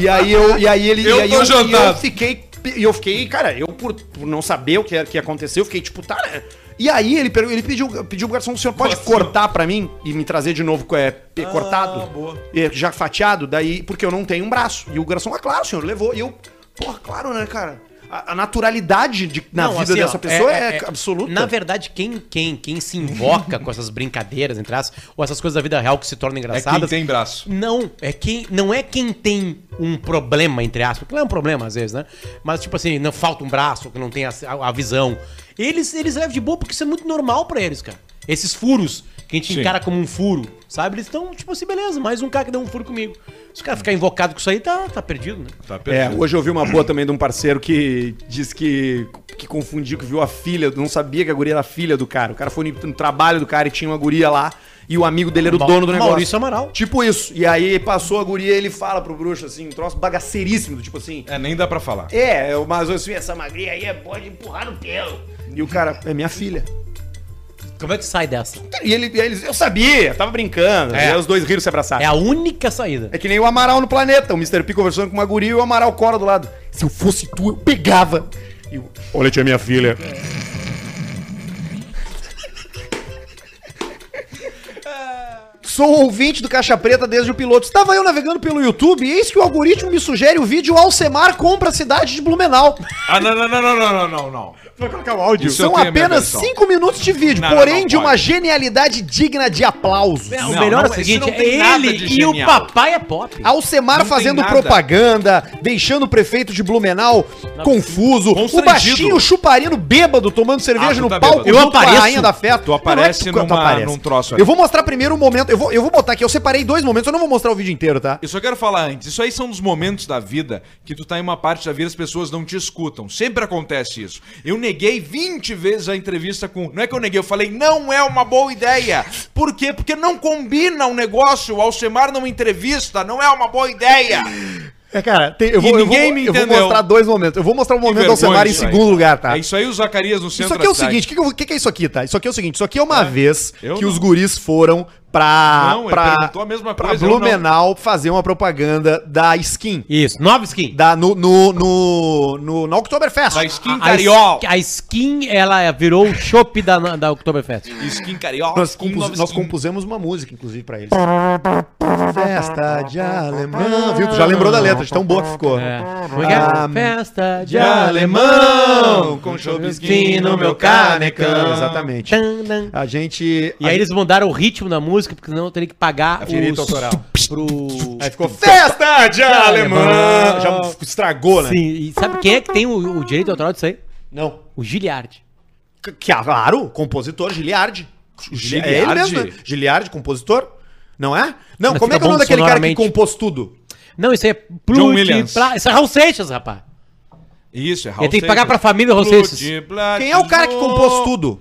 Speaker 1: e aí eu, e aí ele,
Speaker 2: Tá, Eu
Speaker 1: e aí
Speaker 2: tô
Speaker 1: eu, e eu
Speaker 2: jantado.
Speaker 1: fiquei, e eu fiquei, cara, eu por, por não saber o que era- que aconteceu, eu fiquei tipo, tá. né? E aí ele, per- ele pediu, pediu pro garçom, o senhor pode cortar pra mim e me trazer de novo é, pe- cortado,
Speaker 2: Ah, boa.
Speaker 1: É, já fatiado, daí porque eu não tenho um braço. E o garçom, ah, claro, senhor, levou. E eu, porra, claro, né, cara? A, a naturalidade de- na
Speaker 3: Não,
Speaker 1: vida
Speaker 3: assim, ó,
Speaker 1: dessa pessoa é, absoluta.
Speaker 3: Na verdade, quem, quem, quem se invoca com essas brincadeiras, entre aspas, ou essas coisas da vida real que se tornam
Speaker 2: É quem
Speaker 3: engraçadas.
Speaker 2: tem braço.
Speaker 3: Não, é quem não é quem tem um problema, entre aspas, porque não é um problema às vezes, né? Mas tipo assim, não falta um braço, que não tem a, a visão. Eles, eles levam de boa porque isso é muito normal pra eles, cara. Esses furos, que a gente
Speaker 2: Sim.
Speaker 3: encara como um furo, sabe? Eles estão tipo assim, beleza, mais um cara que deu um furo comigo. Se o cara ficar invocado com isso aí, tá, tá perdido, né?
Speaker 2: Tá
Speaker 1: É,
Speaker 2: perfeito.
Speaker 1: hoje eu vi uma boa também de um parceiro que disse que, que confundiu, que viu a filha, não sabia que a guria era a filha do cara. O cara foi no, no trabalho do cara e tinha uma guria lá e o amigo dele era o
Speaker 3: Ma-
Speaker 1: dono do negócio.
Speaker 3: Maurício Amaral.
Speaker 1: Tipo isso. E aí passou a guria e ele fala pro bruxo assim, um troço bagaceiríssimo, do tipo assim.
Speaker 2: É, nem dá pra falar.
Speaker 1: É, eu- mas eu assim, essa magria aí é- pode empurrar no pelo. E o cara, é minha filha.
Speaker 3: Como é que sai dessa?
Speaker 1: E ele, e aí eles, eu sabia, tava brincando.
Speaker 3: É.
Speaker 1: E aí os dois riram se abraçaram.
Speaker 3: É a única saída.
Speaker 1: É que nem o Amaral no planeta, o Mr. P conversando com uma guria e o Amaral Cora do lado. Se eu fosse tu, eu pegava. E o... Olha, tia, minha filha.
Speaker 4: um
Speaker 1: Sou ouvinte do Caixa Preta desde o piloto. Estava eu navegando pelo YouTube e eis que o algoritmo me sugere o vídeo Alcemar compra a cidade de Blumenau.
Speaker 2: Ah, não, não, não, não, não, não, não, não.
Speaker 1: Vai colocar o áudio.
Speaker 2: Isso eu
Speaker 4: São
Speaker 2: tenho a minha
Speaker 4: apenas
Speaker 2: versão.
Speaker 4: 5 minutos de vídeo,
Speaker 2: Não,
Speaker 4: porém
Speaker 2: não
Speaker 4: de uma
Speaker 2: pode.
Speaker 4: genialidade digna de aplausos.
Speaker 3: É, o
Speaker 2: Não, não,
Speaker 3: melhor é o
Speaker 2: isso
Speaker 3: seguinte,
Speaker 2: não
Speaker 3: é
Speaker 2: tem nada
Speaker 3: ele
Speaker 2: de
Speaker 3: e o
Speaker 2: genial.
Speaker 3: papai é pop.
Speaker 4: Alcemar
Speaker 2: Não tem
Speaker 4: fazendo
Speaker 2: nada.
Speaker 4: propaganda, deixando o prefeito de Blumenau confuso, o
Speaker 2: Constrangido.
Speaker 4: baixinho chuparino bêbado tomando
Speaker 2: Ah,
Speaker 4: cerveja
Speaker 2: tu
Speaker 4: no
Speaker 2: tá
Speaker 4: palco
Speaker 2: bêbado.
Speaker 3: Eu
Speaker 4: junto com a
Speaker 3: apareço?
Speaker 4: rainha da festa.
Speaker 2: Tu aparece
Speaker 4: Não é que
Speaker 2: numa- num troço ali.
Speaker 4: Eu vou mostrar primeiro o momento, eu vou, eu vou botar aqui, eu separei dois momentos, eu não vou mostrar o vídeo inteiro, tá?
Speaker 2: Eu só quero falar antes, isso aí são dos momentos da vida que tu tá em uma parte da vida e as pessoas não te escutam. Sempre acontece isso. Eu neguei 20 vezes a entrevista com. Não é que eu neguei, eu falei, não é uma boa ideia. Por quê? Porque não combina o negócio. O Alcemar não entrevista, não é uma boa ideia.
Speaker 4: É, cara, tem- eu,
Speaker 2: E
Speaker 4: vou, eu, vou,
Speaker 2: ninguém me
Speaker 4: eu vou
Speaker 2: entendeu.
Speaker 4: mostrar dois momentos. Eu vou mostrar o momento do
Speaker 2: vergonha
Speaker 4: Alcemar em
Speaker 2: isso aí.
Speaker 4: segundo lugar, tá?
Speaker 2: É isso aí, o Zacarias no centro.
Speaker 4: Isso aqui é
Speaker 2: da
Speaker 4: o
Speaker 2: cidade.
Speaker 4: seguinte, o que, que eu- que que é isso aqui, tá? Isso aqui é o seguinte, isso aqui é uma vez que
Speaker 2: eu
Speaker 4: os
Speaker 2: não.
Speaker 4: guris foram pra,
Speaker 2: Não, ele
Speaker 4: pra,
Speaker 2: perguntou a mesma
Speaker 4: pra
Speaker 2: coisa, eu
Speaker 4: Blumenau fazer uma propaganda da skin.
Speaker 3: Isso, nova skin.
Speaker 4: Da, no, no, no, no, no Oktoberfest.
Speaker 2: Da skin
Speaker 3: A,
Speaker 2: cariol.
Speaker 3: a skin, ela virou o chopp da, da Oktoberfest.
Speaker 2: Skin cariol.
Speaker 4: Nós,
Speaker 2: skin,
Speaker 4: compus-
Speaker 2: nova
Speaker 4: nós
Speaker 2: skin.
Speaker 4: compusemos uma música, inclusive, pra eles. Festa de alemão. Viu? Tu já lembrou da letra, de tão boa que ficou.
Speaker 3: É. Como é que é?
Speaker 4: Ah,
Speaker 3: Festa de
Speaker 4: De alemão, com
Speaker 3: Skin
Speaker 4: chobisquinho
Speaker 3: no meu
Speaker 4: canecão. Exatamente.
Speaker 3: Tan, tan.
Speaker 4: A gente...
Speaker 3: E aí eles mandaram o ritmo da música, porque senão eu teria que pagar
Speaker 4: É Direito autoral.
Speaker 3: pro...
Speaker 4: Aí ficou festa de alemão. Já estragou, né?
Speaker 3: Sim, e sabe quem é que tem o, o direito autoral disso aí?
Speaker 4: Não.
Speaker 3: O Giliard.
Speaker 4: C- ah, Claro, compositor Giliardi. Gili- É ele
Speaker 2: Giliardi?
Speaker 4: mesmo, né? Giliardi, compositor. Não é? Não,
Speaker 3: Mas
Speaker 4: como
Speaker 3: fica
Speaker 4: é que é o
Speaker 3: bom
Speaker 4: nome daquele cara que
Speaker 3: sonoramente.
Speaker 4: compôs tudo?
Speaker 3: Não, isso aí é
Speaker 2: John
Speaker 3: Pluti,
Speaker 2: Williams.
Speaker 3: pra... Isso é Raul Seixas, rapaz.
Speaker 2: Isso, é
Speaker 3: E tem que pagar pra família Raul Seixas.
Speaker 4: Quem é o cara que compôs tudo?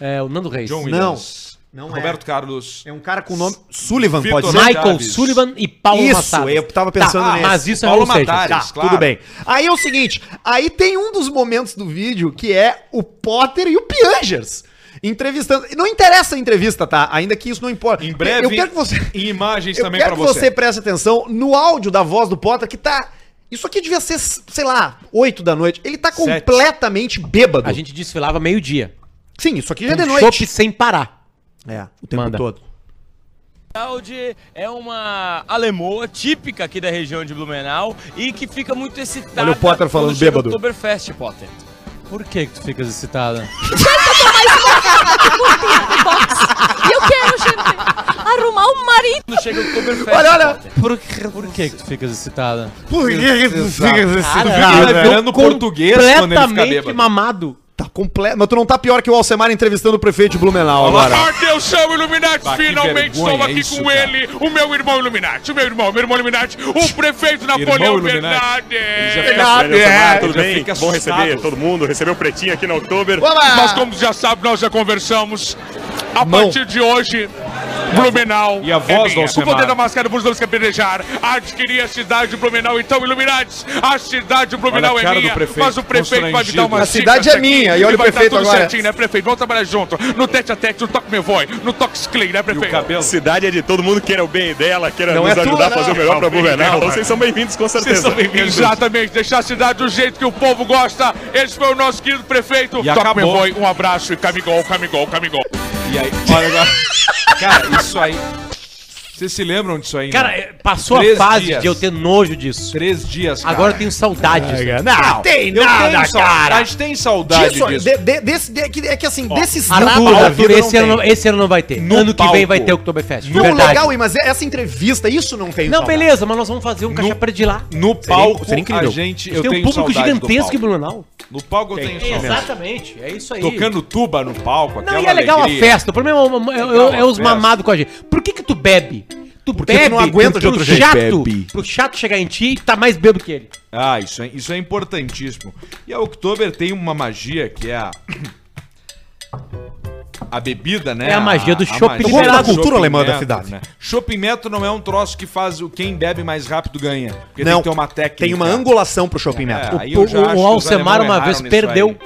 Speaker 3: É, o Nando Reis.
Speaker 2: John Williams.
Speaker 4: Não é.
Speaker 2: Roberto Carlos.
Speaker 4: É um cara com nome. Sullivan,
Speaker 2: Vitor
Speaker 4: pode ser.
Speaker 2: Maia.
Speaker 3: Michael
Speaker 2: Chaves.
Speaker 3: Sullivan e Paulo
Speaker 4: Isso,
Speaker 3: Massadas.
Speaker 4: eu tava pensando
Speaker 3: tá,
Speaker 4: nisso.
Speaker 3: Mas isso é
Speaker 2: Paulo
Speaker 3: Paulo Seixas.
Speaker 2: Matares.
Speaker 4: Tá,
Speaker 2: claro.
Speaker 4: tudo bem. Aí é o seguinte, aí tem um dos momentos do vídeo que é o Potter e o Piangers entrevistando. Não interessa a entrevista, tá? Ainda que isso não importa.
Speaker 2: Em breve,
Speaker 4: eu quero que você
Speaker 2: em imagens
Speaker 4: eu
Speaker 2: também
Speaker 4: quero
Speaker 2: pra
Speaker 4: que você.
Speaker 2: você.
Speaker 4: preste atenção no áudio da voz do Potter que tá isso aqui devia ser, sei lá, 8 da noite. Ele tá
Speaker 2: Sete.
Speaker 4: completamente bêbado.
Speaker 3: A gente desfilava meio-dia.
Speaker 4: Sim, isso aqui já é de
Speaker 3: Um
Speaker 4: noite.
Speaker 3: chopp sem parar.
Speaker 4: É, o tempo
Speaker 3: Manda.
Speaker 4: todo.
Speaker 5: Aldi é uma alemoa típica aqui da região de Blumenau e que fica muito excitada.
Speaker 4: Olha o Potter falando
Speaker 5: quando chega
Speaker 4: bêbado.
Speaker 5: o Oktoberfest, Potter.
Speaker 3: Por que que tu ficas excitada?
Speaker 6: E eu quero, gente, arrumar um marido.
Speaker 5: Quando chega o Oktoberfest,
Speaker 4: Olha, olha.
Speaker 5: Potter.
Speaker 3: Por que, por que que tu ficas excitada?
Speaker 4: Por que que tu fica assim?
Speaker 2: Ele vai
Speaker 3: Cara,
Speaker 2: virando português quando ele fica
Speaker 3: completamente
Speaker 2: bêbado.
Speaker 3: mamado.
Speaker 4: Tá completo. Mas tu não tá pior que o Alcemar entrevistando o prefeito de Blumenau agora.
Speaker 7: Adeus, chão é Illuminati!
Speaker 2: Bah, que
Speaker 7: Finalmente
Speaker 2: vergonha
Speaker 7: estou aqui
Speaker 2: isso,
Speaker 7: com
Speaker 2: cara.
Speaker 7: ele, o meu irmão Illuminati, o meu irmão, meu irmão Illuminati, o prefeito Napoleão
Speaker 2: Illuminati. Ele já fica
Speaker 7: Bernardes. Bernardes.
Speaker 2: velho, Tomás,
Speaker 7: É.
Speaker 2: tudo bem? Bom receber todo
Speaker 8: mundo, receber o pretinho aqui na Oktober.
Speaker 7: Mas como já sabe, nós já conversamos. A
Speaker 4: Mão.
Speaker 7: partir de hoje, Blumenau. é
Speaker 2: e a voz do
Speaker 7: minha. O
Speaker 2: Alcemar.
Speaker 7: poder da máscara dos dois que apedrejar. Adquirir a cidade de Blumenau. Então, Illuminati, a cidade de Blumenau
Speaker 2: Olha a
Speaker 7: é
Speaker 2: cara do
Speaker 7: minha.
Speaker 2: prefeito,
Speaker 7: Mas o prefeito vai me dar uma
Speaker 4: A cidade é minha, e olha o
Speaker 7: vai dar
Speaker 4: prefeito
Speaker 7: tudo
Speaker 4: agora.
Speaker 7: certinho, né, prefeito? Vamos trabalhar junto. No tete a tete, no toque me voe, no toque clean, né,
Speaker 2: E o
Speaker 7: prefeito?
Speaker 2: cabelo.
Speaker 8: Cidade é de todo mundo, queira o bem dela, queira
Speaker 4: Não
Speaker 8: nos
Speaker 4: é tua,
Speaker 8: ajudar a
Speaker 4: não.
Speaker 8: fazer o melhor pra Blumenau.
Speaker 7: né? Não,
Speaker 8: Então
Speaker 7: cara.
Speaker 8: vocês são bem-vindos, com certeza.
Speaker 7: Exatamente, deixar a cidade do jeito que o povo gosta. Esse foi o nosso querido prefeito.
Speaker 2: E acabou.
Speaker 7: me voe, um abraço e camigol, camigol, camigol.
Speaker 2: E aí, olha agora. Cara, isso aí. Vocês se lembram disso aí? né?
Speaker 3: Cara, é, passou a
Speaker 2: Três
Speaker 3: fase
Speaker 2: dias.
Speaker 3: de eu ter nojo disso.
Speaker 2: Três dias, cara.
Speaker 3: Agora eu tenho saudade disso.
Speaker 4: Não, tem
Speaker 2: eu tenho saudade, a gente tem saudade
Speaker 4: Disso,
Speaker 2: disso.
Speaker 4: de- de- desse, de- que- é que assim, desse
Speaker 3: Arthur,
Speaker 4: estrago da
Speaker 3: Arthur,
Speaker 4: vida não
Speaker 3: esse, ano,
Speaker 4: tem.
Speaker 2: é
Speaker 3: não- esse ano não vai ter.
Speaker 2: No
Speaker 3: ano que vem
Speaker 2: palco.
Speaker 3: vai ter o Oktoberfest.
Speaker 4: Não,
Speaker 3: verdade.
Speaker 4: legal, hein, mas essa entrevista, isso não tem
Speaker 3: Não, beleza, mas nós vamos fazer um
Speaker 2: No-
Speaker 3: caixa preto de lá.
Speaker 2: No palco,
Speaker 4: seria incrível.
Speaker 2: a gente.
Speaker 3: Tem
Speaker 2: Eu
Speaker 3: um
Speaker 2: tenho
Speaker 3: público
Speaker 2: saudade do
Speaker 3: gigantesco
Speaker 2: palco.
Speaker 3: em Blumenau.
Speaker 2: No palco eu tenho saudade.
Speaker 3: Exatamente, é isso aí.
Speaker 2: Tocando tuba no palco.
Speaker 3: Não, e
Speaker 2: aquela
Speaker 3: é legal
Speaker 2: alegria.
Speaker 3: a festa. O problema é, o- é- é- é
Speaker 2: a
Speaker 3: os
Speaker 2: festa.
Speaker 3: mamados com a gente. Por que que tu bebe? Tu
Speaker 4: tu
Speaker 3: bebe
Speaker 4: não aguenta de
Speaker 3: pro
Speaker 4: outro jeito.
Speaker 3: chato,
Speaker 2: Bebe.
Speaker 3: pro chato chegar em ti e tá mais bebo que ele.
Speaker 2: Ah, isso é, isso é importantíssimo. E a Oktober tem uma magia que é a. A bebida, né?
Speaker 3: É a magia do shopping
Speaker 2: magia do
Speaker 4: liberado. Eu gosto da cultura
Speaker 2: shopping
Speaker 4: alemã da
Speaker 2: metro,
Speaker 4: cidade.
Speaker 2: Né? Shopping metro não é um troço que faz o quem bebe mais rápido ganha. Porque tem
Speaker 4: Não,
Speaker 2: que ter uma técnica.
Speaker 4: Tem uma angulação pro Shopping Metro.
Speaker 2: É, aí
Speaker 3: O-
Speaker 2: eu já acho que
Speaker 3: o
Speaker 2: os
Speaker 3: Alcemar
Speaker 2: alemão
Speaker 3: uma
Speaker 2: erraram
Speaker 3: vez
Speaker 2: nisso aí.
Speaker 3: perdeu.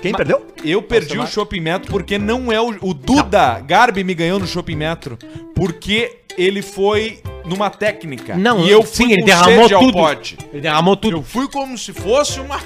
Speaker 4: Quem perdeu?
Speaker 2: Eu perdi o Shopping Metro porque não é o, o Duda Garbi me ganhou no Shopping Metro porque ele foi numa técnica.
Speaker 3: Não,
Speaker 2: e eu fui
Speaker 3: sim, ele
Speaker 2: com
Speaker 3: derramou
Speaker 2: sede ao
Speaker 3: tudo.
Speaker 2: pote.
Speaker 3: Ele derramou tudo.
Speaker 2: Eu fui como se fosse uma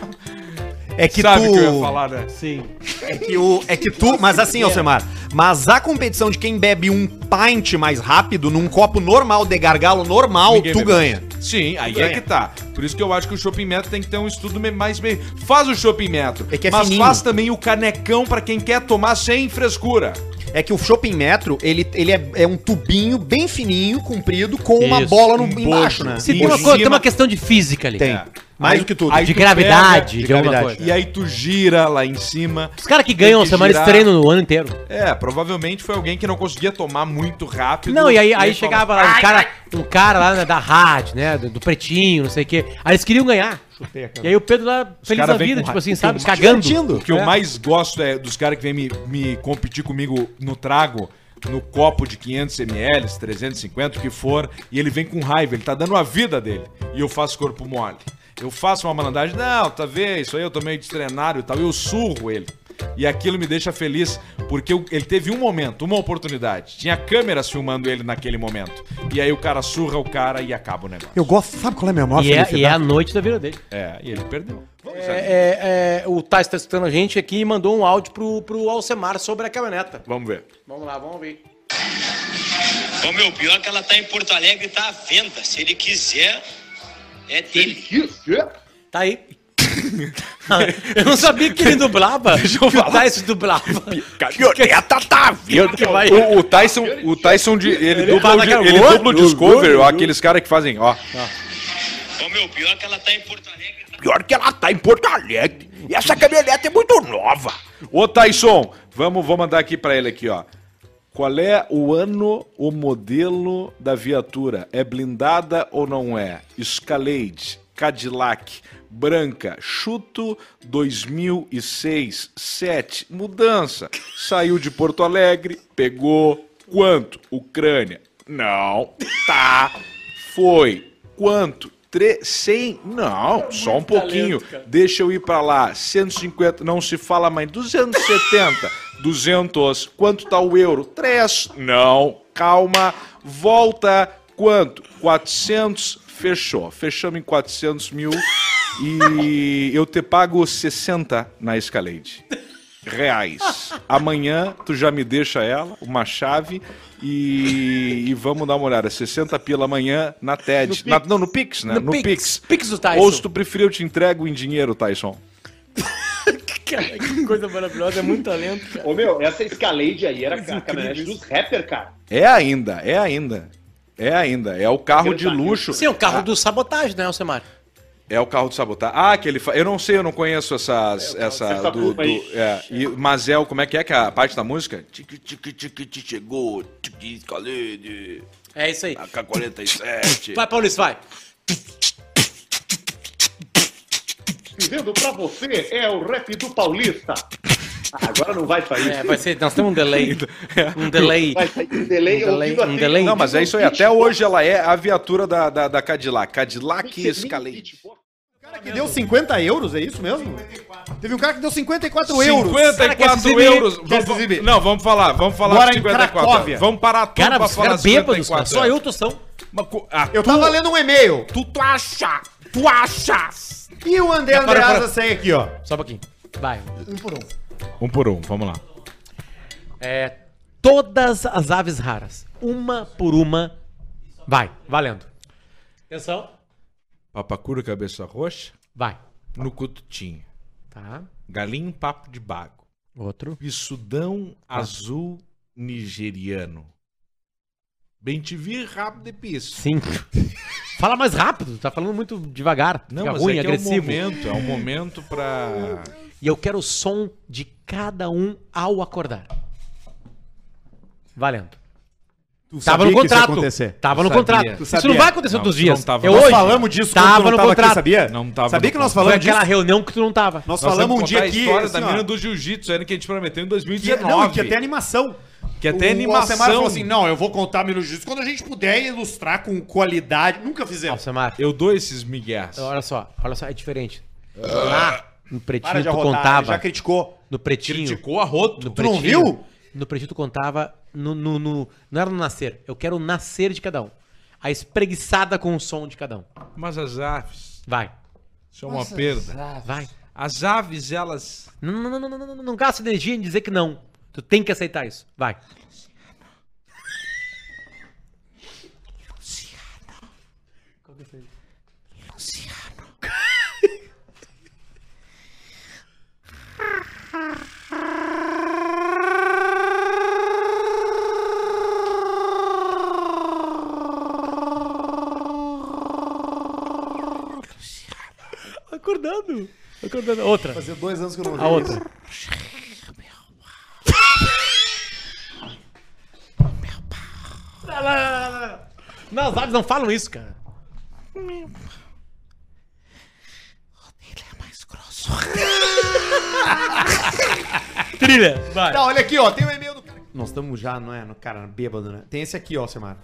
Speaker 4: É que
Speaker 2: Sabe
Speaker 4: tu...
Speaker 2: o que eu ia falar, né?
Speaker 3: Sim.
Speaker 4: É que, o, é que tu... Mas assim, Alcemar, mas a competição de quem bebe um pint mais rápido num copo normal de gargalo normal,
Speaker 2: Ninguém
Speaker 4: tu
Speaker 2: bebe.
Speaker 4: ganha.
Speaker 2: Sim, aí
Speaker 1: ganha.
Speaker 2: é que tá. Por isso que eu acho que o shopping metro tem que ter um estudo me- mais bem. Faz o shopping metro,
Speaker 1: É que é
Speaker 2: mas
Speaker 1: fininho.
Speaker 2: faz também o canecão pra quem quer tomar sem frescura.
Speaker 1: É que o shopping metro, ele, ele é, é um tubinho bem fininho, comprido, com uma
Speaker 2: Isso,
Speaker 1: bola no,
Speaker 2: um
Speaker 1: embaixo,
Speaker 2: bojo.
Speaker 1: né?
Speaker 3: Se
Speaker 2: E
Speaker 3: tem uma,
Speaker 2: em
Speaker 3: coisa, tem
Speaker 2: cima-
Speaker 3: uma questão de física ali.
Speaker 1: Tem.
Speaker 2: É.
Speaker 1: Mais
Speaker 2: Aí-
Speaker 1: do que tudo.
Speaker 2: aí
Speaker 3: De
Speaker 2: tu
Speaker 3: gravidade,
Speaker 1: de
Speaker 3: de alguma
Speaker 1: gravidade.
Speaker 2: E
Speaker 3: coisa.
Speaker 2: aí tu gira lá em cima.
Speaker 3: Os caras que ganham
Speaker 2: Tem que
Speaker 3: semana de
Speaker 2: girar.
Speaker 3: treino no ano inteiro.
Speaker 2: É, provavelmente foi alguém que não conseguia tomar muito rápido.
Speaker 3: Não, e aí,
Speaker 2: fala,
Speaker 3: aí chegava lá um cara, um cara lá né, da rádio, né? Do, do pretinho, não sei o quê. Aí eles queriam ganhar. E aí o Pedro lá, feliz
Speaker 2: cara
Speaker 3: da
Speaker 2: vem
Speaker 3: vida,
Speaker 2: com
Speaker 3: tipo
Speaker 2: ra-
Speaker 3: assim,
Speaker 2: com
Speaker 3: sabe?
Speaker 2: um
Speaker 3: Cagando.
Speaker 2: O que eu
Speaker 3: É.
Speaker 2: mais gosto é dos caras que vêm me, me competir comigo no trago, no copo de 500 ml, 350, o que for, e ele vem com raiva, ele tá dando a vida dele. E eu faço corpo mole. Eu faço uma malandragem, não, tá vendo? Isso aí eu tô meio destrenado e tal, e eu surro ele. E aquilo me deixa feliz, porque eu- ele teve um momento, uma oportunidade. Tinha câmeras filmando ele naquele momento. E aí o cara surra o cara e acaba o negócio.
Speaker 4: Eu gosto, sabe qual é a minha maior
Speaker 3: E é, e é
Speaker 4: felicidade?
Speaker 3: a noite da vida dele.
Speaker 2: É, e ele perdeu. Vamos ali.
Speaker 3: É, é, é, o Tais tá escutando a gente aqui e mandou um áudio pro, pro Alcemar sobre a caminhoneta.
Speaker 2: Vamos ver.
Speaker 3: Vamos lá, vamos ver.
Speaker 9: Ô meu, pior que ela tá em Porto Alegre, tá à venda. Se ele quiser, é dele.
Speaker 3: Tá aí. eu não sabia que ele dublava. Deixa eu falar. O Tais dublava.
Speaker 7: Caminhoneta tá vindo.
Speaker 3: Que vai-
Speaker 2: O, o Tyson, o Tyson de, ele, dubla,
Speaker 3: fala
Speaker 2: o, di-
Speaker 3: que é
Speaker 2: ele
Speaker 3: gordo,
Speaker 2: dubla o Discovery, ó, aqueles caras que fazem, ó.
Speaker 9: Ô meu, pior que ela tá em Porto Alegre, tá
Speaker 7: Pior que ela tá em Porto Alegre. E essa caminhoneta é muito nova.
Speaker 2: Ô Tyson, vamos, vou mandar aqui pra ele aqui, ó. Qual é o ano, o modelo da viatura? É blindada ou não é? Escalade, Cadillac, branca, chuto 2006, 7, mudança. Saiu de Porto Alegre, pegou quanto? Ucrânia. Não. Tá. Foi. Quanto? Tre 100? Não, só um pouquinho. Deixa eu ir pra lá. 150, não se fala mais. 270. 200. Quanto tá o euro? 3. Não, calma. Volta. Quanto? 400. Fechou. Fechamos em 400 mil. E eu te pago 60 na Escalade reais. Amanhã tu já me deixa ela, uma chave, e, e vamos dar uma olhada. 60 pila amanhã na TED. Na- não, no Pix, né? No, Pix.
Speaker 3: Tá, Pix do Tyson.
Speaker 2: Ou se tu preferir, eu te entrego em dinheiro, Tyson.
Speaker 3: Cara, que coisa maravilhosa, é muito talento.
Speaker 10: Ô meu, essa Escalade aí era a caminhonete dos rappers, cara.
Speaker 2: É ainda, é ainda. É ainda. É o carro de luxo.
Speaker 3: Sim, é o carro do sabotagem, né, Alcemar?
Speaker 2: É o carro de sabotar. Ah, aquele. Fa... Eu não sei, eu não conheço essas. essa.
Speaker 10: dessa
Speaker 2: do,
Speaker 10: culpa
Speaker 2: do-
Speaker 10: aí.
Speaker 2: é, e- mas é o. Como é que é que é a parte da música?
Speaker 7: Tique, tique, tique, tique, chegou. Tique, escalade.
Speaker 3: É isso aí.
Speaker 7: AK-47.
Speaker 3: Vai, Paulista, vai.
Speaker 10: Vendo pra você é o rap do paulista. Ah, agora não vai sair.
Speaker 3: É, vai ser, nós temos um delay. Um delay.
Speaker 10: Vai
Speaker 11: tá
Speaker 10: sair um delay,
Speaker 3: Um delay,
Speaker 10: ouvindo
Speaker 3: um delay.
Speaker 2: Não, mas é isso aí. Até hoje ela é a viatura da, da, da Cadillac. Cadillac Escalade.
Speaker 4: cara que deu 50 euros, é isso mesmo? Teve um cara que deu 54
Speaker 2: 54 euros.
Speaker 4: Quer
Speaker 2: Vamos-
Speaker 4: se exibir?
Speaker 2: não, vamos falar, vamos falar
Speaker 4: Bora
Speaker 2: de
Speaker 4: em Cracóvia.
Speaker 2: Vamos parar tudo
Speaker 3: Cara, os caras bêbados, cara. Só eu tô são.
Speaker 2: Mas co- ah,
Speaker 4: Eu tava lendo um e-mail.
Speaker 2: tu, tu acha? Tu acha?
Speaker 4: E o André
Speaker 3: para, para.
Speaker 4: Andreasa segue aqui, ó.
Speaker 3: Só um pouquinho. Vai.
Speaker 2: Um por um, vamos lá.
Speaker 3: É, todas as aves raras. Uma por uma. Vai, valendo. Atenção.
Speaker 2: Papacura cabeça roxa,
Speaker 3: Vai.
Speaker 2: no cututinho.
Speaker 3: Tá.
Speaker 2: Galinho papo de bago.
Speaker 3: Outro.
Speaker 2: Pissudão azul nigeriano. Bem te vi rápido e piso.
Speaker 3: Cinco. Fala mais rápido, tá falando muito devagar.
Speaker 2: Não,
Speaker 3: fica
Speaker 2: mas
Speaker 3: ruim,
Speaker 2: é que é um
Speaker 3: agressivo.
Speaker 2: momento, é um momento pra...
Speaker 3: E eu quero o som de cada um ao acordar. Valendo.
Speaker 4: Tu
Speaker 3: Tava
Speaker 4: sabia
Speaker 3: no
Speaker 4: que isso ia
Speaker 3: contrato.
Speaker 4: acontecer.
Speaker 3: Tava no
Speaker 2: Sabia.
Speaker 3: contrato.
Speaker 2: Tu
Speaker 3: Isso
Speaker 4: sabia.
Speaker 3: não vai acontecer
Speaker 2: Não,
Speaker 3: todos os
Speaker 2: tu
Speaker 3: dias.
Speaker 2: não tava no
Speaker 3: é
Speaker 4: Nós
Speaker 3: hoje.
Speaker 2: contrato.
Speaker 4: falamos disso quando
Speaker 3: Tava
Speaker 4: tu não
Speaker 3: no
Speaker 4: tava
Speaker 3: contrato.
Speaker 4: aqui, sabia?
Speaker 2: Não tava
Speaker 4: Sabia
Speaker 2: no
Speaker 4: que nós
Speaker 3: Foi
Speaker 4: falamos disso?
Speaker 3: aquela reunião que tu não tava.
Speaker 4: Nós,
Speaker 2: Nós
Speaker 4: falamos
Speaker 2: vamos
Speaker 4: um dia
Speaker 2: contar
Speaker 4: aqui...
Speaker 2: a história da
Speaker 4: assim, ó,
Speaker 2: menina do jiu-jitsu, era que a gente prometeu em
Speaker 4: que,
Speaker 2: 2019.
Speaker 4: não, que até animação.
Speaker 2: Que até
Speaker 4: O Alcemar
Speaker 2: animação.
Speaker 4: falou assim, não, eu vou contar meu jiu quando a gente puder ilustrar com qualidade. Nunca fizemos.
Speaker 3: Alcemar,
Speaker 2: Eu dou esses migués.
Speaker 3: olha só, olha só, é diferente. Lá no
Speaker 4: Ah. Para
Speaker 3: pretinho
Speaker 4: de
Speaker 3: tu
Speaker 4: arrotar,
Speaker 3: contava.
Speaker 4: já criticou.
Speaker 3: No pretinho.
Speaker 2: Criticou a roto.
Speaker 4: Tu não
Speaker 3: Pretinho,
Speaker 4: viu?
Speaker 3: No pretinho tu contava. No, no- no- não era no nascer. Eu quero o nascer de cada um. A espreguiçada com o som de cada um.
Speaker 2: Mas as aves,
Speaker 3: Vai.
Speaker 2: isso é uma perda.
Speaker 3: Vai.
Speaker 2: As aves, elas...
Speaker 3: Não, não, não, não, não, não, não, não gasta energia em dizer que não. Tu tem que aceitar isso. Vai.
Speaker 11: Qual que é esse aí?
Speaker 3: Acordando. Acordando. Outra.
Speaker 11: Fazia dois anos que eu não
Speaker 3: A
Speaker 11: ouvia
Speaker 3: outra. Não, não, não, não. Não, os lábios não falam isso, cara. Trilha, vai.
Speaker 4: Tá, olha aqui, ó. Tem um e-mail do cara. Nós estamos já, não é? No cara, bêbado, né? Tem esse aqui, ó, Semar.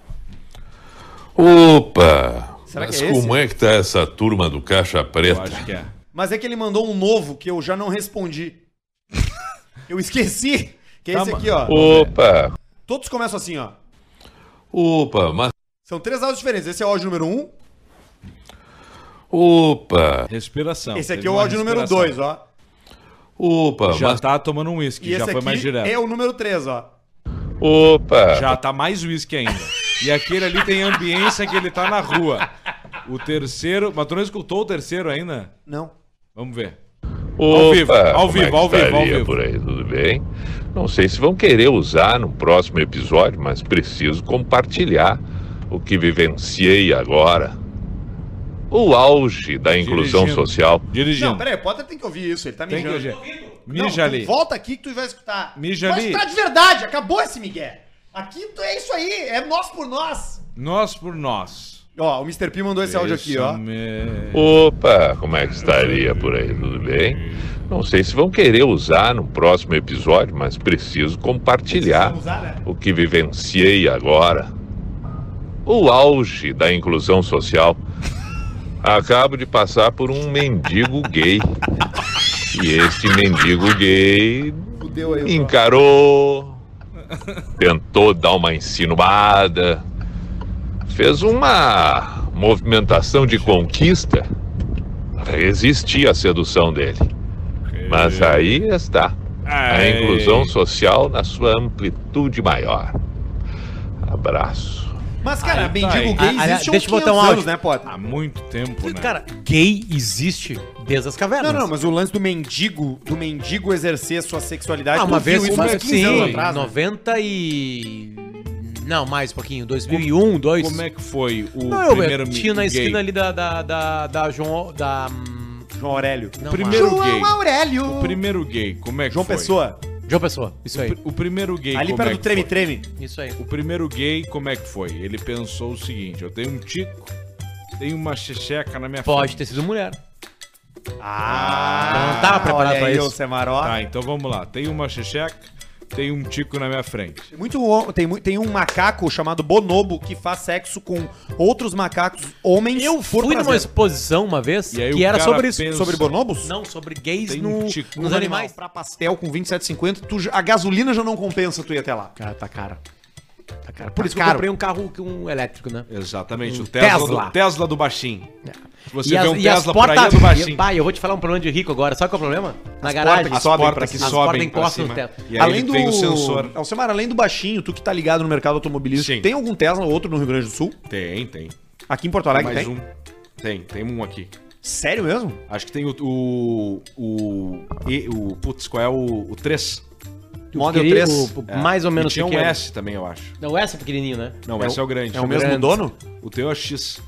Speaker 12: Opa!
Speaker 4: Será que
Speaker 12: Mas
Speaker 4: é esse?
Speaker 12: como é que tá essa turma do Caixa Preta? acho que é.
Speaker 4: Mas é que ele mandou um novo que eu já não respondi. eu esqueci. Que é
Speaker 12: Tá,
Speaker 4: esse aqui, ó.
Speaker 12: mano. Opa!
Speaker 4: Todos começam assim, ó.
Speaker 12: Opa, mas.
Speaker 4: São três áudios diferentes. Esse é o áudio número um.
Speaker 12: Opa!
Speaker 2: Respiração.
Speaker 4: esse aqui
Speaker 2: Teve
Speaker 4: é o
Speaker 2: uma
Speaker 4: áudio número
Speaker 2: respiração.
Speaker 4: dois, ó.
Speaker 12: Opa,
Speaker 2: Já
Speaker 12: mas.
Speaker 2: tá tomando um uísque,
Speaker 4: E
Speaker 2: já
Speaker 4: esse
Speaker 2: foi mais
Speaker 4: aqui
Speaker 2: direto.
Speaker 4: é o número três, ó.
Speaker 12: Opa!
Speaker 2: Já tá mais uísque ainda. E aquele ali tem ambiência que ele tá na rua. O terceiro. Mas tu não escutou o terceiro ainda?
Speaker 4: Não.
Speaker 2: Vamos ver.
Speaker 12: Opa,
Speaker 2: ao vivo, ao
Speaker 12: como é
Speaker 2: vivo,
Speaker 12: que
Speaker 2: ao
Speaker 12: tá
Speaker 2: vivo, ao
Speaker 12: ali
Speaker 2: vivo.
Speaker 12: Por aí, tudo bem? Não sei se vão querer usar no próximo episódio, mas preciso compartilhar o que vivenciei agora. O auge da inclusão
Speaker 2: Dirigindo.
Speaker 12: social.
Speaker 4: Não, peraí, o Potter tem que ouvir isso. Ele tá
Speaker 2: Tem que
Speaker 4: mijando.
Speaker 2: ouvir.
Speaker 4: Não,
Speaker 2: Mija
Speaker 4: tu
Speaker 2: ali.
Speaker 4: Volta aqui que tu vai escutar.
Speaker 2: Mija
Speaker 4: vai
Speaker 2: ali.
Speaker 4: escutar de verdade. Acabou esse Miguel. Aqui tu- é isso aí. É nós por nós.
Speaker 2: Nós por nós.
Speaker 4: Ó, o Mr. P mandou esse áudio aqui, ó.
Speaker 12: Opa, como é que estaria por aí? Tudo bem? Não sei se vão querer usar no próximo episódio, mas preciso compartilhar o que vivenciei agora. O auge da inclusão social. Acabo de passar por um mendigo gay. E esse mendigo gay encarou, tentou dar uma insinuada, fez uma movimentação de conquista. Resisti à sedução dele. Mas aí está a
Speaker 2: Ai.
Speaker 12: inclusão social na sua amplitude maior. Abraço.
Speaker 4: Mas, cara,
Speaker 2: Aí tá,
Speaker 4: mendigo
Speaker 2: aí.
Speaker 4: gay
Speaker 2: Ah,
Speaker 4: existe
Speaker 2: ah, deixa eu botar um
Speaker 4: 500
Speaker 2: áudio.
Speaker 4: né, Potter?
Speaker 2: Há muito tempo, né?
Speaker 3: Cara, gay existe desde as cavernas.
Speaker 4: Não, não, mas o lance do mendigo, do mendigo exercer sua sexualidade,
Speaker 3: Ah, uma
Speaker 4: tu
Speaker 3: vez,
Speaker 4: viu
Speaker 3: mas
Speaker 4: há 15 anos
Speaker 3: sim,
Speaker 4: atrás, né?
Speaker 3: 90 e... Não, mais um pouquinho, 2001, 2.
Speaker 2: Como é que foi o
Speaker 3: Não, eu
Speaker 2: primeiro
Speaker 3: tinha na
Speaker 2: gay?
Speaker 3: esquina ali da, da, da, da João... Da...
Speaker 4: João Aurélio.
Speaker 3: Não,
Speaker 2: Primeiro
Speaker 3: João
Speaker 2: gay.
Speaker 4: Aurélio.
Speaker 2: O primeiro gay, como é que
Speaker 3: João
Speaker 2: foi?
Speaker 3: Pessoa. João Pessoa, isso aí.
Speaker 2: O, pr- o primeiro gay,
Speaker 3: Ali
Speaker 2: como
Speaker 3: perto
Speaker 2: é
Speaker 3: do
Speaker 2: que
Speaker 3: Treme
Speaker 2: foi?
Speaker 4: Treme.
Speaker 3: Isso aí.
Speaker 2: O primeiro gay, como é que foi? Ele pensou o seguinte, eu tenho um tico, tenho uma checheca na minha
Speaker 3: Pode ter sido mulher. Ah, não tava preparado pra isso.
Speaker 2: Tá, então vamos lá. Tem uma checheca, tem um tico na minha frente.
Speaker 4: Tem Muito, hom- tem, mu- tem um macaco chamado Bonobo que faz sexo com outros macacos homens. Eu
Speaker 3: Fui numa exposição uma vez
Speaker 4: aí
Speaker 3: que
Speaker 4: o
Speaker 3: era
Speaker 4: cara
Speaker 3: sobre isso.
Speaker 4: pensa- Sobre bonobos?
Speaker 3: Não, sobre gays
Speaker 4: Tem
Speaker 3: no,
Speaker 4: um tico.
Speaker 3: nos
Speaker 4: Um
Speaker 3: animais.
Speaker 4: animal pra pastel com 27,50, tu já- a gasolina já não compensa tu ir até lá.
Speaker 3: Cara, tá cara. Tá cara.
Speaker 4: Tá
Speaker 3: Por isso que
Speaker 4: caro.
Speaker 3: eu comprei um carro que um elétrico, né?
Speaker 2: É. Exatamente,
Speaker 3: Um
Speaker 2: o Tesla,
Speaker 3: Tesla.
Speaker 2: Do, Tesla do baixinho. Se Você vê
Speaker 3: e as,
Speaker 2: um
Speaker 3: e as
Speaker 2: Tesla por aí, é
Speaker 3: portas.
Speaker 2: do baixinho.
Speaker 3: Pai, eu vou te falar um problema de rico agora. Sabe qual é o problema? Na
Speaker 4: As
Speaker 3: garagem.
Speaker 4: portas que sobem pra
Speaker 3: que
Speaker 4: cima.
Speaker 3: sobem
Speaker 4: pra
Speaker 3: encostam no
Speaker 4: cima.
Speaker 3: teto.
Speaker 2: E aí ele tem o sensor.
Speaker 4: É, Alcemar, além do baixinho, tu que tá ligado no mercado automobilístico, tem algum Tesla ou outro no Rio Grande do Sul?
Speaker 2: Tem, tem.
Speaker 4: Aqui em Porto Alegre
Speaker 2: mais
Speaker 4: tem?
Speaker 2: um. Tem, tem um aqui.
Speaker 4: Sério mesmo?
Speaker 2: Acho que tem o. O. O. e- o- putz, qual é o. O 3?
Speaker 3: O Model queria- 3? o- o mais ou menos
Speaker 2: E tinha um
Speaker 3: pequeno.
Speaker 2: S também, eu acho.
Speaker 3: Não, essa é pequenininho, né?
Speaker 2: Não, esse é o grande.
Speaker 4: é o mesmo dono?
Speaker 2: O teu é o X.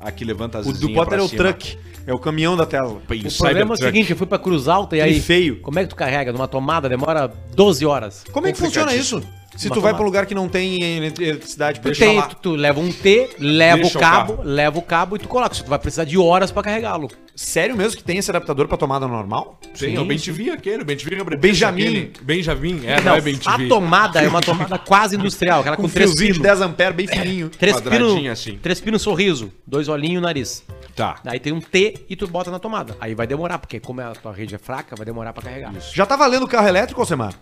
Speaker 2: Aqui levanta as
Speaker 4: O do Potter é o truck, é o caminhão da Tesla.
Speaker 3: O problema é o seguinte, eu fui pra Cruz Alta e aí. feio. Como é que tu carrega? Numa tomada demora 12 horas.
Speaker 4: Como é que funciona isso? Se tu vai pra um lugar que não tem eletricidade,
Speaker 3: Tu, tem, tu, tu leva um T, leva
Speaker 4: Deixa
Speaker 3: o
Speaker 4: o
Speaker 3: cabo,
Speaker 4: carro.
Speaker 3: leva o cabo e tu coloca. Só que Tu vai precisar de horas pra carregá-lo.
Speaker 4: Sério mesmo que tem esse adaptador pra tomada normal?
Speaker 2: Sim, é o Bentivir aquele, o Bentivir é o
Speaker 4: Benjamin.
Speaker 2: aquele. Benjamin, é, não, é Bentivir.
Speaker 3: A tomada é uma tomada quase industrial, aquela com,
Speaker 4: Com
Speaker 3: três
Speaker 4: fiozinho de
Speaker 3: pinos.
Speaker 4: 10 amperes, bem fininho.
Speaker 3: Três pinos,
Speaker 2: Quadradinha assim.
Speaker 3: três pinos sorriso, dois olhinhos nariz.
Speaker 2: Tá.
Speaker 3: Aí tem um T e tu bota na tomada. Aí vai demorar, porque como a tua rede é fraca, vai demorar pra carregar.
Speaker 4: Já tá valendo o carro elétrico, Alcemar?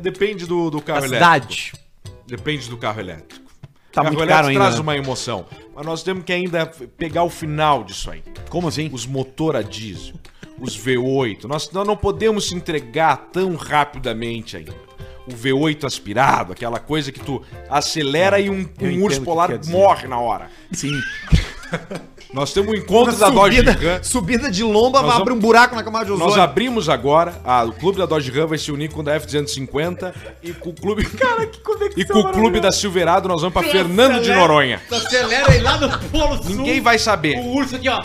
Speaker 2: Depende do, do carro
Speaker 3: Da cidade.
Speaker 2: elétrico. Depende do carro elétrico.
Speaker 4: Tá
Speaker 2: carro
Speaker 4: muito
Speaker 2: elétrico
Speaker 4: caro ainda,
Speaker 2: traz
Speaker 4: né?
Speaker 2: uma emoção. Mas nós temos que ainda pegar o final disso aí.
Speaker 4: Como assim?
Speaker 2: Os motor a diesel, os V8. Nós, nós não podemos se entregar tão rapidamente ainda. O V8 aspirado, aquela coisa que tu acelera e um, um
Speaker 4: entendo
Speaker 2: urso
Speaker 4: o que
Speaker 2: polar
Speaker 4: quer dizer.
Speaker 2: morre na hora.
Speaker 4: Sim.
Speaker 2: Nós temos um encontro
Speaker 4: Uma
Speaker 2: da Dodge
Speaker 4: subida-
Speaker 2: Ram.
Speaker 4: Subida de lomba,
Speaker 2: Nós
Speaker 4: vai abrir um
Speaker 2: vamos-
Speaker 4: buraco na camada de
Speaker 2: Nós
Speaker 4: ozônio.
Speaker 2: abrimos agora, a- o clube da Dodge Ram vai se unir com o da F-250 e com o clube. Cara, que E com o clube da Silverado nós vamos pra Fernando de Noronha.
Speaker 3: Acelera aí lá no Polo Sul.
Speaker 2: Ninguém vai saber.
Speaker 3: O urso aqui, ó.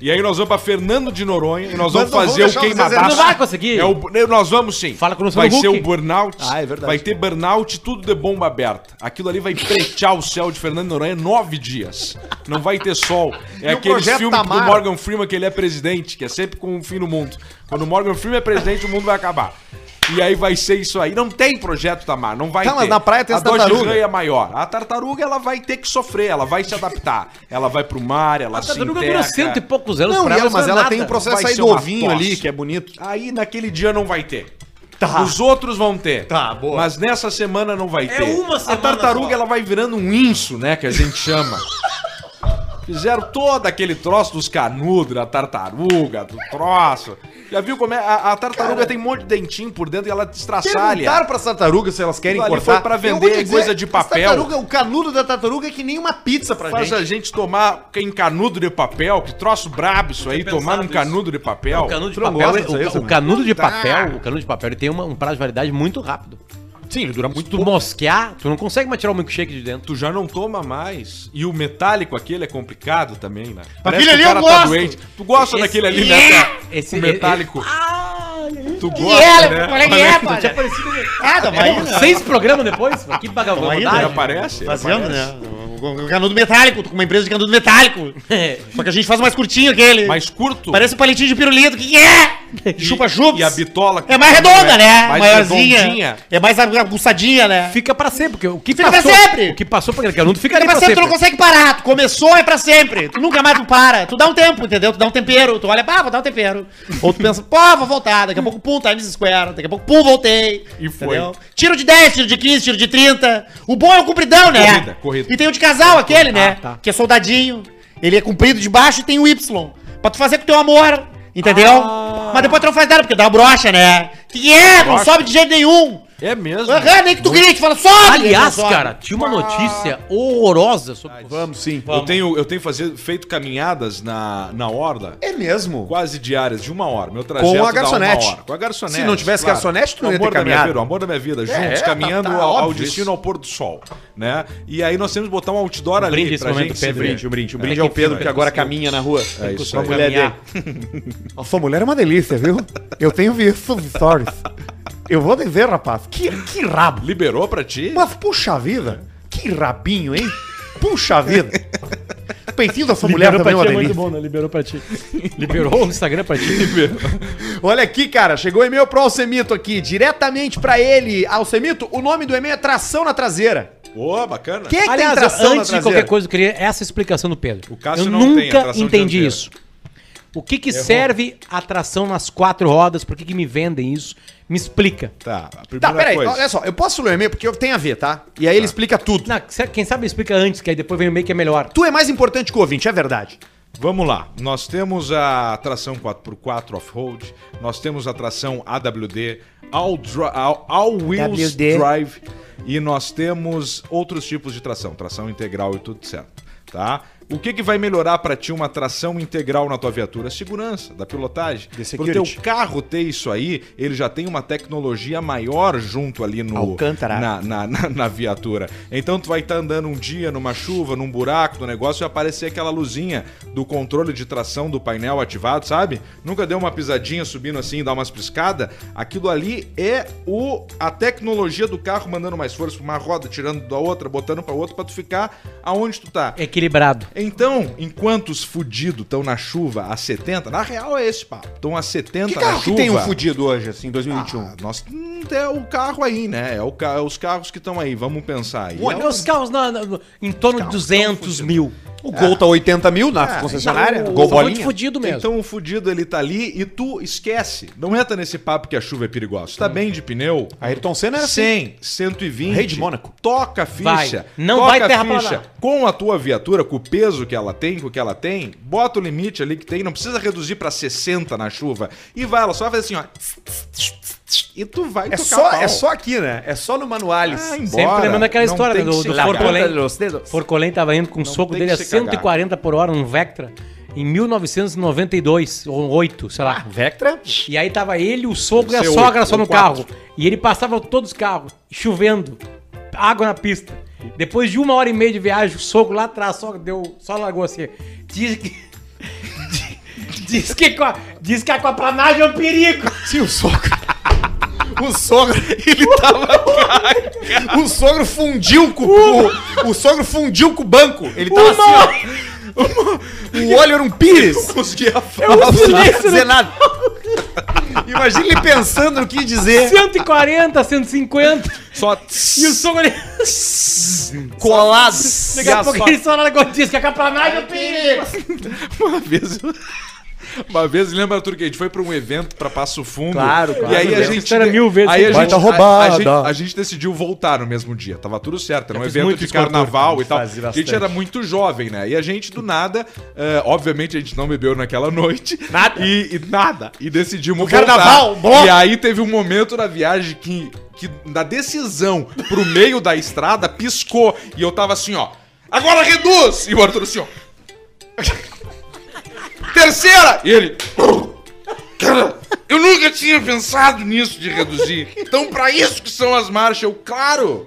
Speaker 2: E aí nós vamos pra Fernando de Noronha e nós vamos
Speaker 3: Mas não
Speaker 2: fazer o
Speaker 3: vamos deixar vocês-
Speaker 2: queimadaço.
Speaker 3: Não vai conseguir. Tá,
Speaker 2: É o- né, nós vamos sim. Fala com o
Speaker 3: Luciano
Speaker 2: Vai ser
Speaker 3: Huck.
Speaker 2: o burnout.
Speaker 3: Ah, é verdade.
Speaker 2: Vai ter burnout tudo de bomba aberta. Aquilo ali vai pretear o céu de Fernando de Noronha nove dias. Não vai ter sol. É
Speaker 4: E o
Speaker 2: aquele
Speaker 4: projeto tá
Speaker 2: filme
Speaker 4: Tamar?
Speaker 2: do Morgan Freeman que ele é presidente, que é sempre com o fim do mundo. Quando o Morgan Freeman é presidente, o mundo vai acabar. E aí vai ser isso aí. Não tem projeto Tamar, não vai
Speaker 4: Tá,
Speaker 2: ter.
Speaker 4: mas na praia tem
Speaker 2: a
Speaker 4: as
Speaker 2: Dodge
Speaker 4: tartarugas.
Speaker 2: Ram é maior. A tartaruga ela vai ter que sofrer, ela vai se adaptar. Ela vai pro mar, ela
Speaker 3: A
Speaker 2: se
Speaker 3: tartaruga
Speaker 2: integra.
Speaker 3: durou tá, cento e poucos anos
Speaker 2: Não,
Speaker 3: pra
Speaker 2: e ela-
Speaker 3: não
Speaker 2: mas
Speaker 3: é
Speaker 2: ela
Speaker 3: nada.
Speaker 2: tem um processo
Speaker 3: Vai
Speaker 2: aí
Speaker 3: ser
Speaker 2: do
Speaker 3: uma
Speaker 2: ovinho
Speaker 3: tosse.
Speaker 2: ali, que
Speaker 4: é bonito.
Speaker 2: Aí naquele dia não vai ter. Os outros vão ter. Tá, boa. Mas nessa semana não vai
Speaker 3: Tá. É
Speaker 2: ter.
Speaker 3: uma
Speaker 2: A
Speaker 3: semana
Speaker 2: tartaruga
Speaker 3: só.
Speaker 2: ela vai virando um inso, né, que a gente chama. Fizeram todo aquele troço dos canudos, da tartaruga, do troço. Já viu como é? A, a tartaruga tem um monte de dentinho por dentro e
Speaker 3: um
Speaker 2: ela destraçalha.
Speaker 4: Perguntaram pras tartarugas se elas querem
Speaker 2: Aquilo ali
Speaker 4: cortar.
Speaker 2: foi pra
Speaker 4: Eu vou
Speaker 2: vender
Speaker 4: dizer,
Speaker 2: coisa de
Speaker 4: as
Speaker 2: papel.
Speaker 4: tartaruga- o canudo da tartaruga é que nem uma pizza pra
Speaker 2: Faz
Speaker 4: gente.
Speaker 2: a gente tomar em canudo de papel, que troço brabo isso aí, tomar num canudo de papel.
Speaker 3: O É um canudo de
Speaker 2: Tu não
Speaker 3: papel,
Speaker 2: gosta disso aí,
Speaker 3: o, o
Speaker 2: Samir?
Speaker 3: canudo de
Speaker 2: Tá.
Speaker 3: papel, o canudo de papel ele tem uma- um prazo de validade muito rápido. Sim, ele dura muito. Tu mosquear, tu não consegue mais tirar o milkshake de dentro.
Speaker 2: Tu já não toma mais. E o metálico aquele é complicado também, né?
Speaker 3: Aquele
Speaker 2: que
Speaker 3: ali
Speaker 2: o cara
Speaker 3: eu
Speaker 2: tá
Speaker 3: gosto.
Speaker 2: doente. Tu gosta
Speaker 3: Esse- é
Speaker 2: daquele ali, né?
Speaker 3: Yeah!
Speaker 2: cara?
Speaker 3: Esse-
Speaker 2: o metálico. tu
Speaker 3: Que
Speaker 2: gosta,
Speaker 3: é,
Speaker 2: né?
Speaker 3: qual é E que é,
Speaker 2: Olha,
Speaker 3: pô?
Speaker 2: tinha
Speaker 3: aparecido. Ah,
Speaker 2: tamo aí, né?
Speaker 3: Seis programas depois? Que vagabundo.
Speaker 2: Ele aparece? ele
Speaker 11: Fazendo,
Speaker 2: aparece.
Speaker 11: né? O canudo metálico, tô com uma empresa de canudo metálico.
Speaker 3: É.
Speaker 11: Só que a gente faz mais curtinho aquele.
Speaker 2: Mais curto?
Speaker 11: Parece um palitinho de pirulito, o que, que é? Chupa-chupa.
Speaker 2: E a bitola.
Speaker 11: É mais redonda,
Speaker 2: é-
Speaker 11: né?
Speaker 2: Mais
Speaker 11: Maiorzinha.
Speaker 2: redondinha.
Speaker 11: É mais aguçadinha, né?
Speaker 3: Fica pra sempre, porque o que
Speaker 11: Fica pra
Speaker 3: passou-
Speaker 11: sempre.
Speaker 3: O que passou pra aquele canudo fica
Speaker 11: Fica
Speaker 3: ali
Speaker 11: é pra sempre, tu não consegue parar. Tu começou, é pra sempre. Tu nunca mais tu para. Tu dá um tempo, entendeu? Tu dá um tempero. Tu olha, pá, vou dar um tempero. Ou tu pensa, pô, vou voltar. Daqui a pouco, pum, Times Square. Daqui a pouco, pum, voltei.
Speaker 2: E foi.
Speaker 11: Tiro de 10, tiro de 15, tiro de 30. O bom é o compridão, né?
Speaker 2: Corrida, corrida.
Speaker 11: E tem o de casal, aquele, né?
Speaker 2: Ah, tá.
Speaker 11: Que é soldadinho. Ele é comprido de baixo e tem o Y. Pra tu fazer com teu amor, entendeu?
Speaker 2: Ah.
Speaker 11: Mas depois tu não faz nada, porque dá uma brocha, né? Que que é? Não
Speaker 3: Brocha.
Speaker 11: sobe de jeito nenhum.
Speaker 2: É mesmo?
Speaker 11: Aham, nem que tu grite, fala, sobe!
Speaker 3: Aliás,
Speaker 11: Sobe.
Speaker 3: cara, tinha uma notícia horrorosa sobre Vamos
Speaker 4: sim.
Speaker 2: Eu tenho, eu tenho fazer, feito caminhadas na, na Orla.
Speaker 4: É mesmo?
Speaker 2: Quase diárias, de uma hora. Meu
Speaker 4: Com
Speaker 2: trajeto
Speaker 4: a
Speaker 2: dá uma
Speaker 4: garçonete.
Speaker 2: hora. Com a garçonete.
Speaker 4: Se não tivesse garçonete, tu não
Speaker 2: O
Speaker 4: ia ter
Speaker 2: amor da minha
Speaker 4: caminhado.
Speaker 2: vida, O amor da minha vida. Juntos,
Speaker 4: É, tá-
Speaker 2: caminhando
Speaker 4: tá
Speaker 2: ao, ao
Speaker 4: óbvio
Speaker 2: destino,
Speaker 4: isso.
Speaker 2: ao pôr do sol. Né? E aí nós temos que botar um outdoor ali
Speaker 4: brinde esse momento, Pedro. Brinde, um brinde. Um brinde ao Pedro, que agora caminha na rua.
Speaker 2: É isso
Speaker 4: Com a
Speaker 2: aí.
Speaker 4: mulher dele. A sua mulher é uma delícia, viu? Eu tenho visto os stories. Eu vou dizer, rapaz, que, que rabo.
Speaker 2: Liberou pra ti?
Speaker 4: Mas puxa vida, que rabinho, hein? Puxa vida. O peitinho da sua mulher também é uma delícia.
Speaker 3: bom, né? Liberou pra ti. Liberou o Instagram pra ti.
Speaker 4: Olha aqui, cara, chegou e-mail pro Alcemito aqui, diretamente pra ele. Alcemito, o nome do e-mail é Tração na Traseira.
Speaker 2: Ô, bacana.
Speaker 4: Quem é que
Speaker 3: Aliás,
Speaker 4: tem tração na
Speaker 3: antes de
Speaker 4: traseira?
Speaker 3: qualquer coisa, eu queria essa explicação do Pedro.
Speaker 2: Cássio
Speaker 3: eu
Speaker 2: não tem
Speaker 3: nunca
Speaker 2: atração
Speaker 3: entendi
Speaker 2: dianteira.
Speaker 3: isso. O que, que
Speaker 2: Errou.
Speaker 3: serve a tração nas quatro rodas? Por que, que me vendem isso? Me explica.
Speaker 2: Tá, a
Speaker 4: Tá, peraí, olha só, eu posso ler o e-mail porque eu- tem a ver, tá? E aí ele explica tudo.
Speaker 3: quem sabe explica antes, que aí depois vem o e-mail que é melhor.
Speaker 4: Tu é mais importante que o ouvinte, é verdade.
Speaker 2: Vamos lá, nós temos a tração 4x4 off-road, nós temos a tração AWD, All, Dri- All- All Wheels
Speaker 4: AWD.
Speaker 2: Drive e nós temos outros tipos de tração, tração integral e tudo certo, tá? O que, que vai melhorar para ti uma tração integral na tua viatura? Segurança, da pilotagem. Pro teu
Speaker 4: security.
Speaker 2: carro ter isso aí, ele já tem uma tecnologia maior junto ali no,
Speaker 4: Alcântara.
Speaker 2: na, na, na- na viatura. Então tu vai estar andando um dia numa chuva, num buraco, no negócio, e aparecer aquela luzinha do controle de tração do painel ativado, sabe? Nunca deu uma pisadinha subindo assim e dar umas piscadas? Aquilo ali é o a tecnologia do carro mandando mais força pra uma roda, tirando da outra, botando pra outra, pra tu ficar aonde tu tá.
Speaker 3: É Equilibrado.
Speaker 2: Então, enquanto os fudidos estão na chuva a 70, na real é esse papo. Estão a 70
Speaker 4: Que
Speaker 2: na
Speaker 4: carro
Speaker 2: chuva.
Speaker 4: que tem um fudido hoje, assim, 2021?
Speaker 2: Ah, nós hum, é o carro aí, né? É, o ca- é os carros que estão aí, vamos pensar aí.
Speaker 3: Olha,
Speaker 2: É
Speaker 3: os carros na- na- em torno de 200 mil. Ah,
Speaker 4: O Gol tá 80 mil na concessionária,
Speaker 3: não,
Speaker 4: Gol
Speaker 3: só vou te
Speaker 4: bolinha.
Speaker 3: fudir. fudido mesmo.
Speaker 2: Então o fudido ele tá ali e tu esquece. Não entra nesse papo que a chuva é perigosa. Tu tá bem de pneu?
Speaker 4: Ayrton Senna era
Speaker 2: 100, 120.
Speaker 4: Rei de Mônaco.
Speaker 2: Toca a ficha.
Speaker 3: Vai. Não
Speaker 2: toca
Speaker 3: vai
Speaker 2: a
Speaker 3: terraplanar.
Speaker 2: ficha. com a tua viatura, com o peso que ela tem, com o que ela tem, bota o limite ali que tem, não precisa reduzir pra 60 na chuva. E vai, ela só vai fazer assim, ó. E tu vai
Speaker 4: É
Speaker 2: tocar pau.
Speaker 4: só,
Speaker 2: Ah,
Speaker 4: é só aqui, né? É só no Manuales.
Speaker 3: Sempre lembrando aquela história né, do, do Forcolém.
Speaker 4: Los dedos.
Speaker 3: Forcolém tava indo com o soco
Speaker 4: tem
Speaker 3: dele
Speaker 4: que
Speaker 3: a
Speaker 4: se cagar.
Speaker 3: 140 por hora, um Vectra, em 1992, ou 8, sei lá.
Speaker 4: Ah, Vectra?
Speaker 3: E aí tava ele, o sogro e a
Speaker 4: Seu
Speaker 3: sogra
Speaker 4: oito,
Speaker 3: só
Speaker 4: ou
Speaker 3: no
Speaker 4: quatro.
Speaker 3: carro. E ele passava todos os carros, chovendo, água na pista. Depois de uma hora e meia de viagem, o sogro lá atrás só, deu, só largou assim. Diz que. Diz que, com a- diz que a aquaplanagem é um perigo.
Speaker 4: Sim, o sogro. O sogro, ele tava. caga- O sogro fundiu com o. O sogro fundiu com o banco. Ele tava assim, ó. O olho era um pires. Não conseguia falar.
Speaker 13: não
Speaker 4: Não
Speaker 13: silêncio
Speaker 4: dizer
Speaker 13: no-
Speaker 4: nada. Imagina ele pensando no que dizer.
Speaker 3: 140, 150.
Speaker 2: Só.
Speaker 3: E o som ali.
Speaker 4: Colado.
Speaker 3: Daqui a pouco ele só largou disso, que a caplanagem é um perigo.
Speaker 2: Uma vez. Uma vez, lembra, Arthur, que a gente foi pra um evento pra Passo Fundo.
Speaker 4: Claro, claro.
Speaker 2: E aí a
Speaker 4: Essa
Speaker 2: gente.
Speaker 4: história mil vezes
Speaker 2: aí a
Speaker 4: que vai
Speaker 2: gente,
Speaker 4: tá
Speaker 2: a-
Speaker 4: roubada.
Speaker 2: A, gente, a gente decidiu voltar no mesmo dia. Tava tudo certo. Era
Speaker 4: Eu
Speaker 2: um
Speaker 4: fiz
Speaker 2: evento
Speaker 4: muito
Speaker 2: de
Speaker 4: isso com o Arthur,
Speaker 2: carnaval
Speaker 4: que
Speaker 2: e tal. A
Speaker 4: fazia
Speaker 2: gente
Speaker 4: bastante.
Speaker 2: era muito jovem, né? E a gente, do nada, eh, obviamente, a gente não bebeu naquela noite. Nada. E, e nada. E decidimos voltar.
Speaker 4: carnaval, bloco.
Speaker 2: E aí teve um momento na viagem que, que da decisão pro meio da estrada, piscou. E eu tava assim, ó. Agora reduz! E o Arthur assim, ó. Terceira! E ele. Cara, eu nunca tinha pensado nisso de reduzir. Então, pra isso que são as marchas, eu, claro!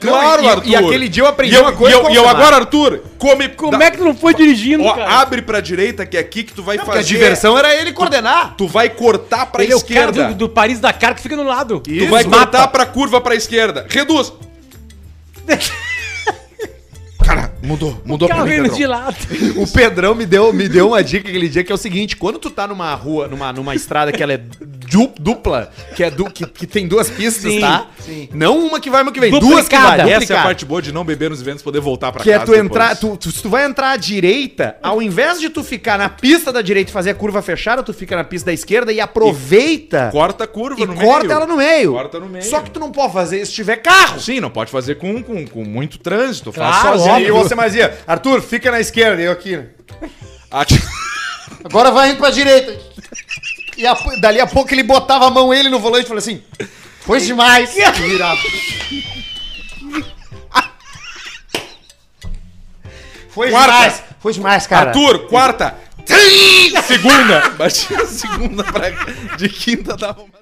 Speaker 2: Claro,
Speaker 4: Não, e-
Speaker 2: Arthur!
Speaker 4: e aquele dia eu aprendi
Speaker 2: E eu,
Speaker 4: uma coisa
Speaker 2: E eu,
Speaker 4: com
Speaker 2: e eu
Speaker 4: o
Speaker 2: agora,
Speaker 4: Neymar.
Speaker 2: Arthur, come. Como
Speaker 4: é que
Speaker 3: tu não foi dirigindo?
Speaker 2: Ó, abre pra direita que é aqui que tu vai
Speaker 4: porque
Speaker 2: fazer.
Speaker 4: a diversão era ele coordenar.
Speaker 2: Tu, tu vai cortar pra
Speaker 3: Ele é o cara
Speaker 2: esquerda.
Speaker 3: do, do Paris da cara que fica no lado.
Speaker 2: Tu vai cortar pra curva pra esquerda. Reduz! Cara, mudou, mudou
Speaker 3: pra mim, de lado.
Speaker 4: O Pedrão me deu, me deu uma dica aquele dia que é o seguinte: quando tu tá numa rua, numa, numa estrada que ela é du- dupla, que, é du- que, que tem duas pistas,
Speaker 2: Sim,
Speaker 4: tá?
Speaker 2: sim.
Speaker 4: Não uma que vai, uma que vem. Duas que vai.
Speaker 2: Duplicada. Essa é a
Speaker 4: duplicada.
Speaker 2: parte boa de não beber nos eventos, poder voltar pra
Speaker 4: Que é
Speaker 2: casa
Speaker 4: tu entrar,
Speaker 2: depois.
Speaker 4: tu, tu- se tu vai entrar à direita, ao invés de tu ficar na pista da direita e fazer a curva fechada, tu fica na pista da esquerda e aproveita.
Speaker 2: Corta a curva
Speaker 4: e
Speaker 2: no meio.
Speaker 4: corta ela no meio.
Speaker 2: Corta no meio.
Speaker 4: Só que tu não pode fazer isso se tiver carro.
Speaker 2: Sim, não pode fazer com, com, com muito trânsito.
Speaker 4: Claro,
Speaker 2: faz sozinho.
Speaker 4: óbvio. E você mais ia, Arthur, fica na esquerda, eu aqui. né?
Speaker 2: Aqui.
Speaker 4: Agora vai indo pra direita. E a- dali a pouco ele botava a mão ele no volante e falou assim: Foi demais. E virava. Foi
Speaker 2: Quarta.
Speaker 4: demais. Foi demais, cara.
Speaker 2: Arthur, quarta. Trim! Segunda. Batia a segunda pra... de quinta dava uma.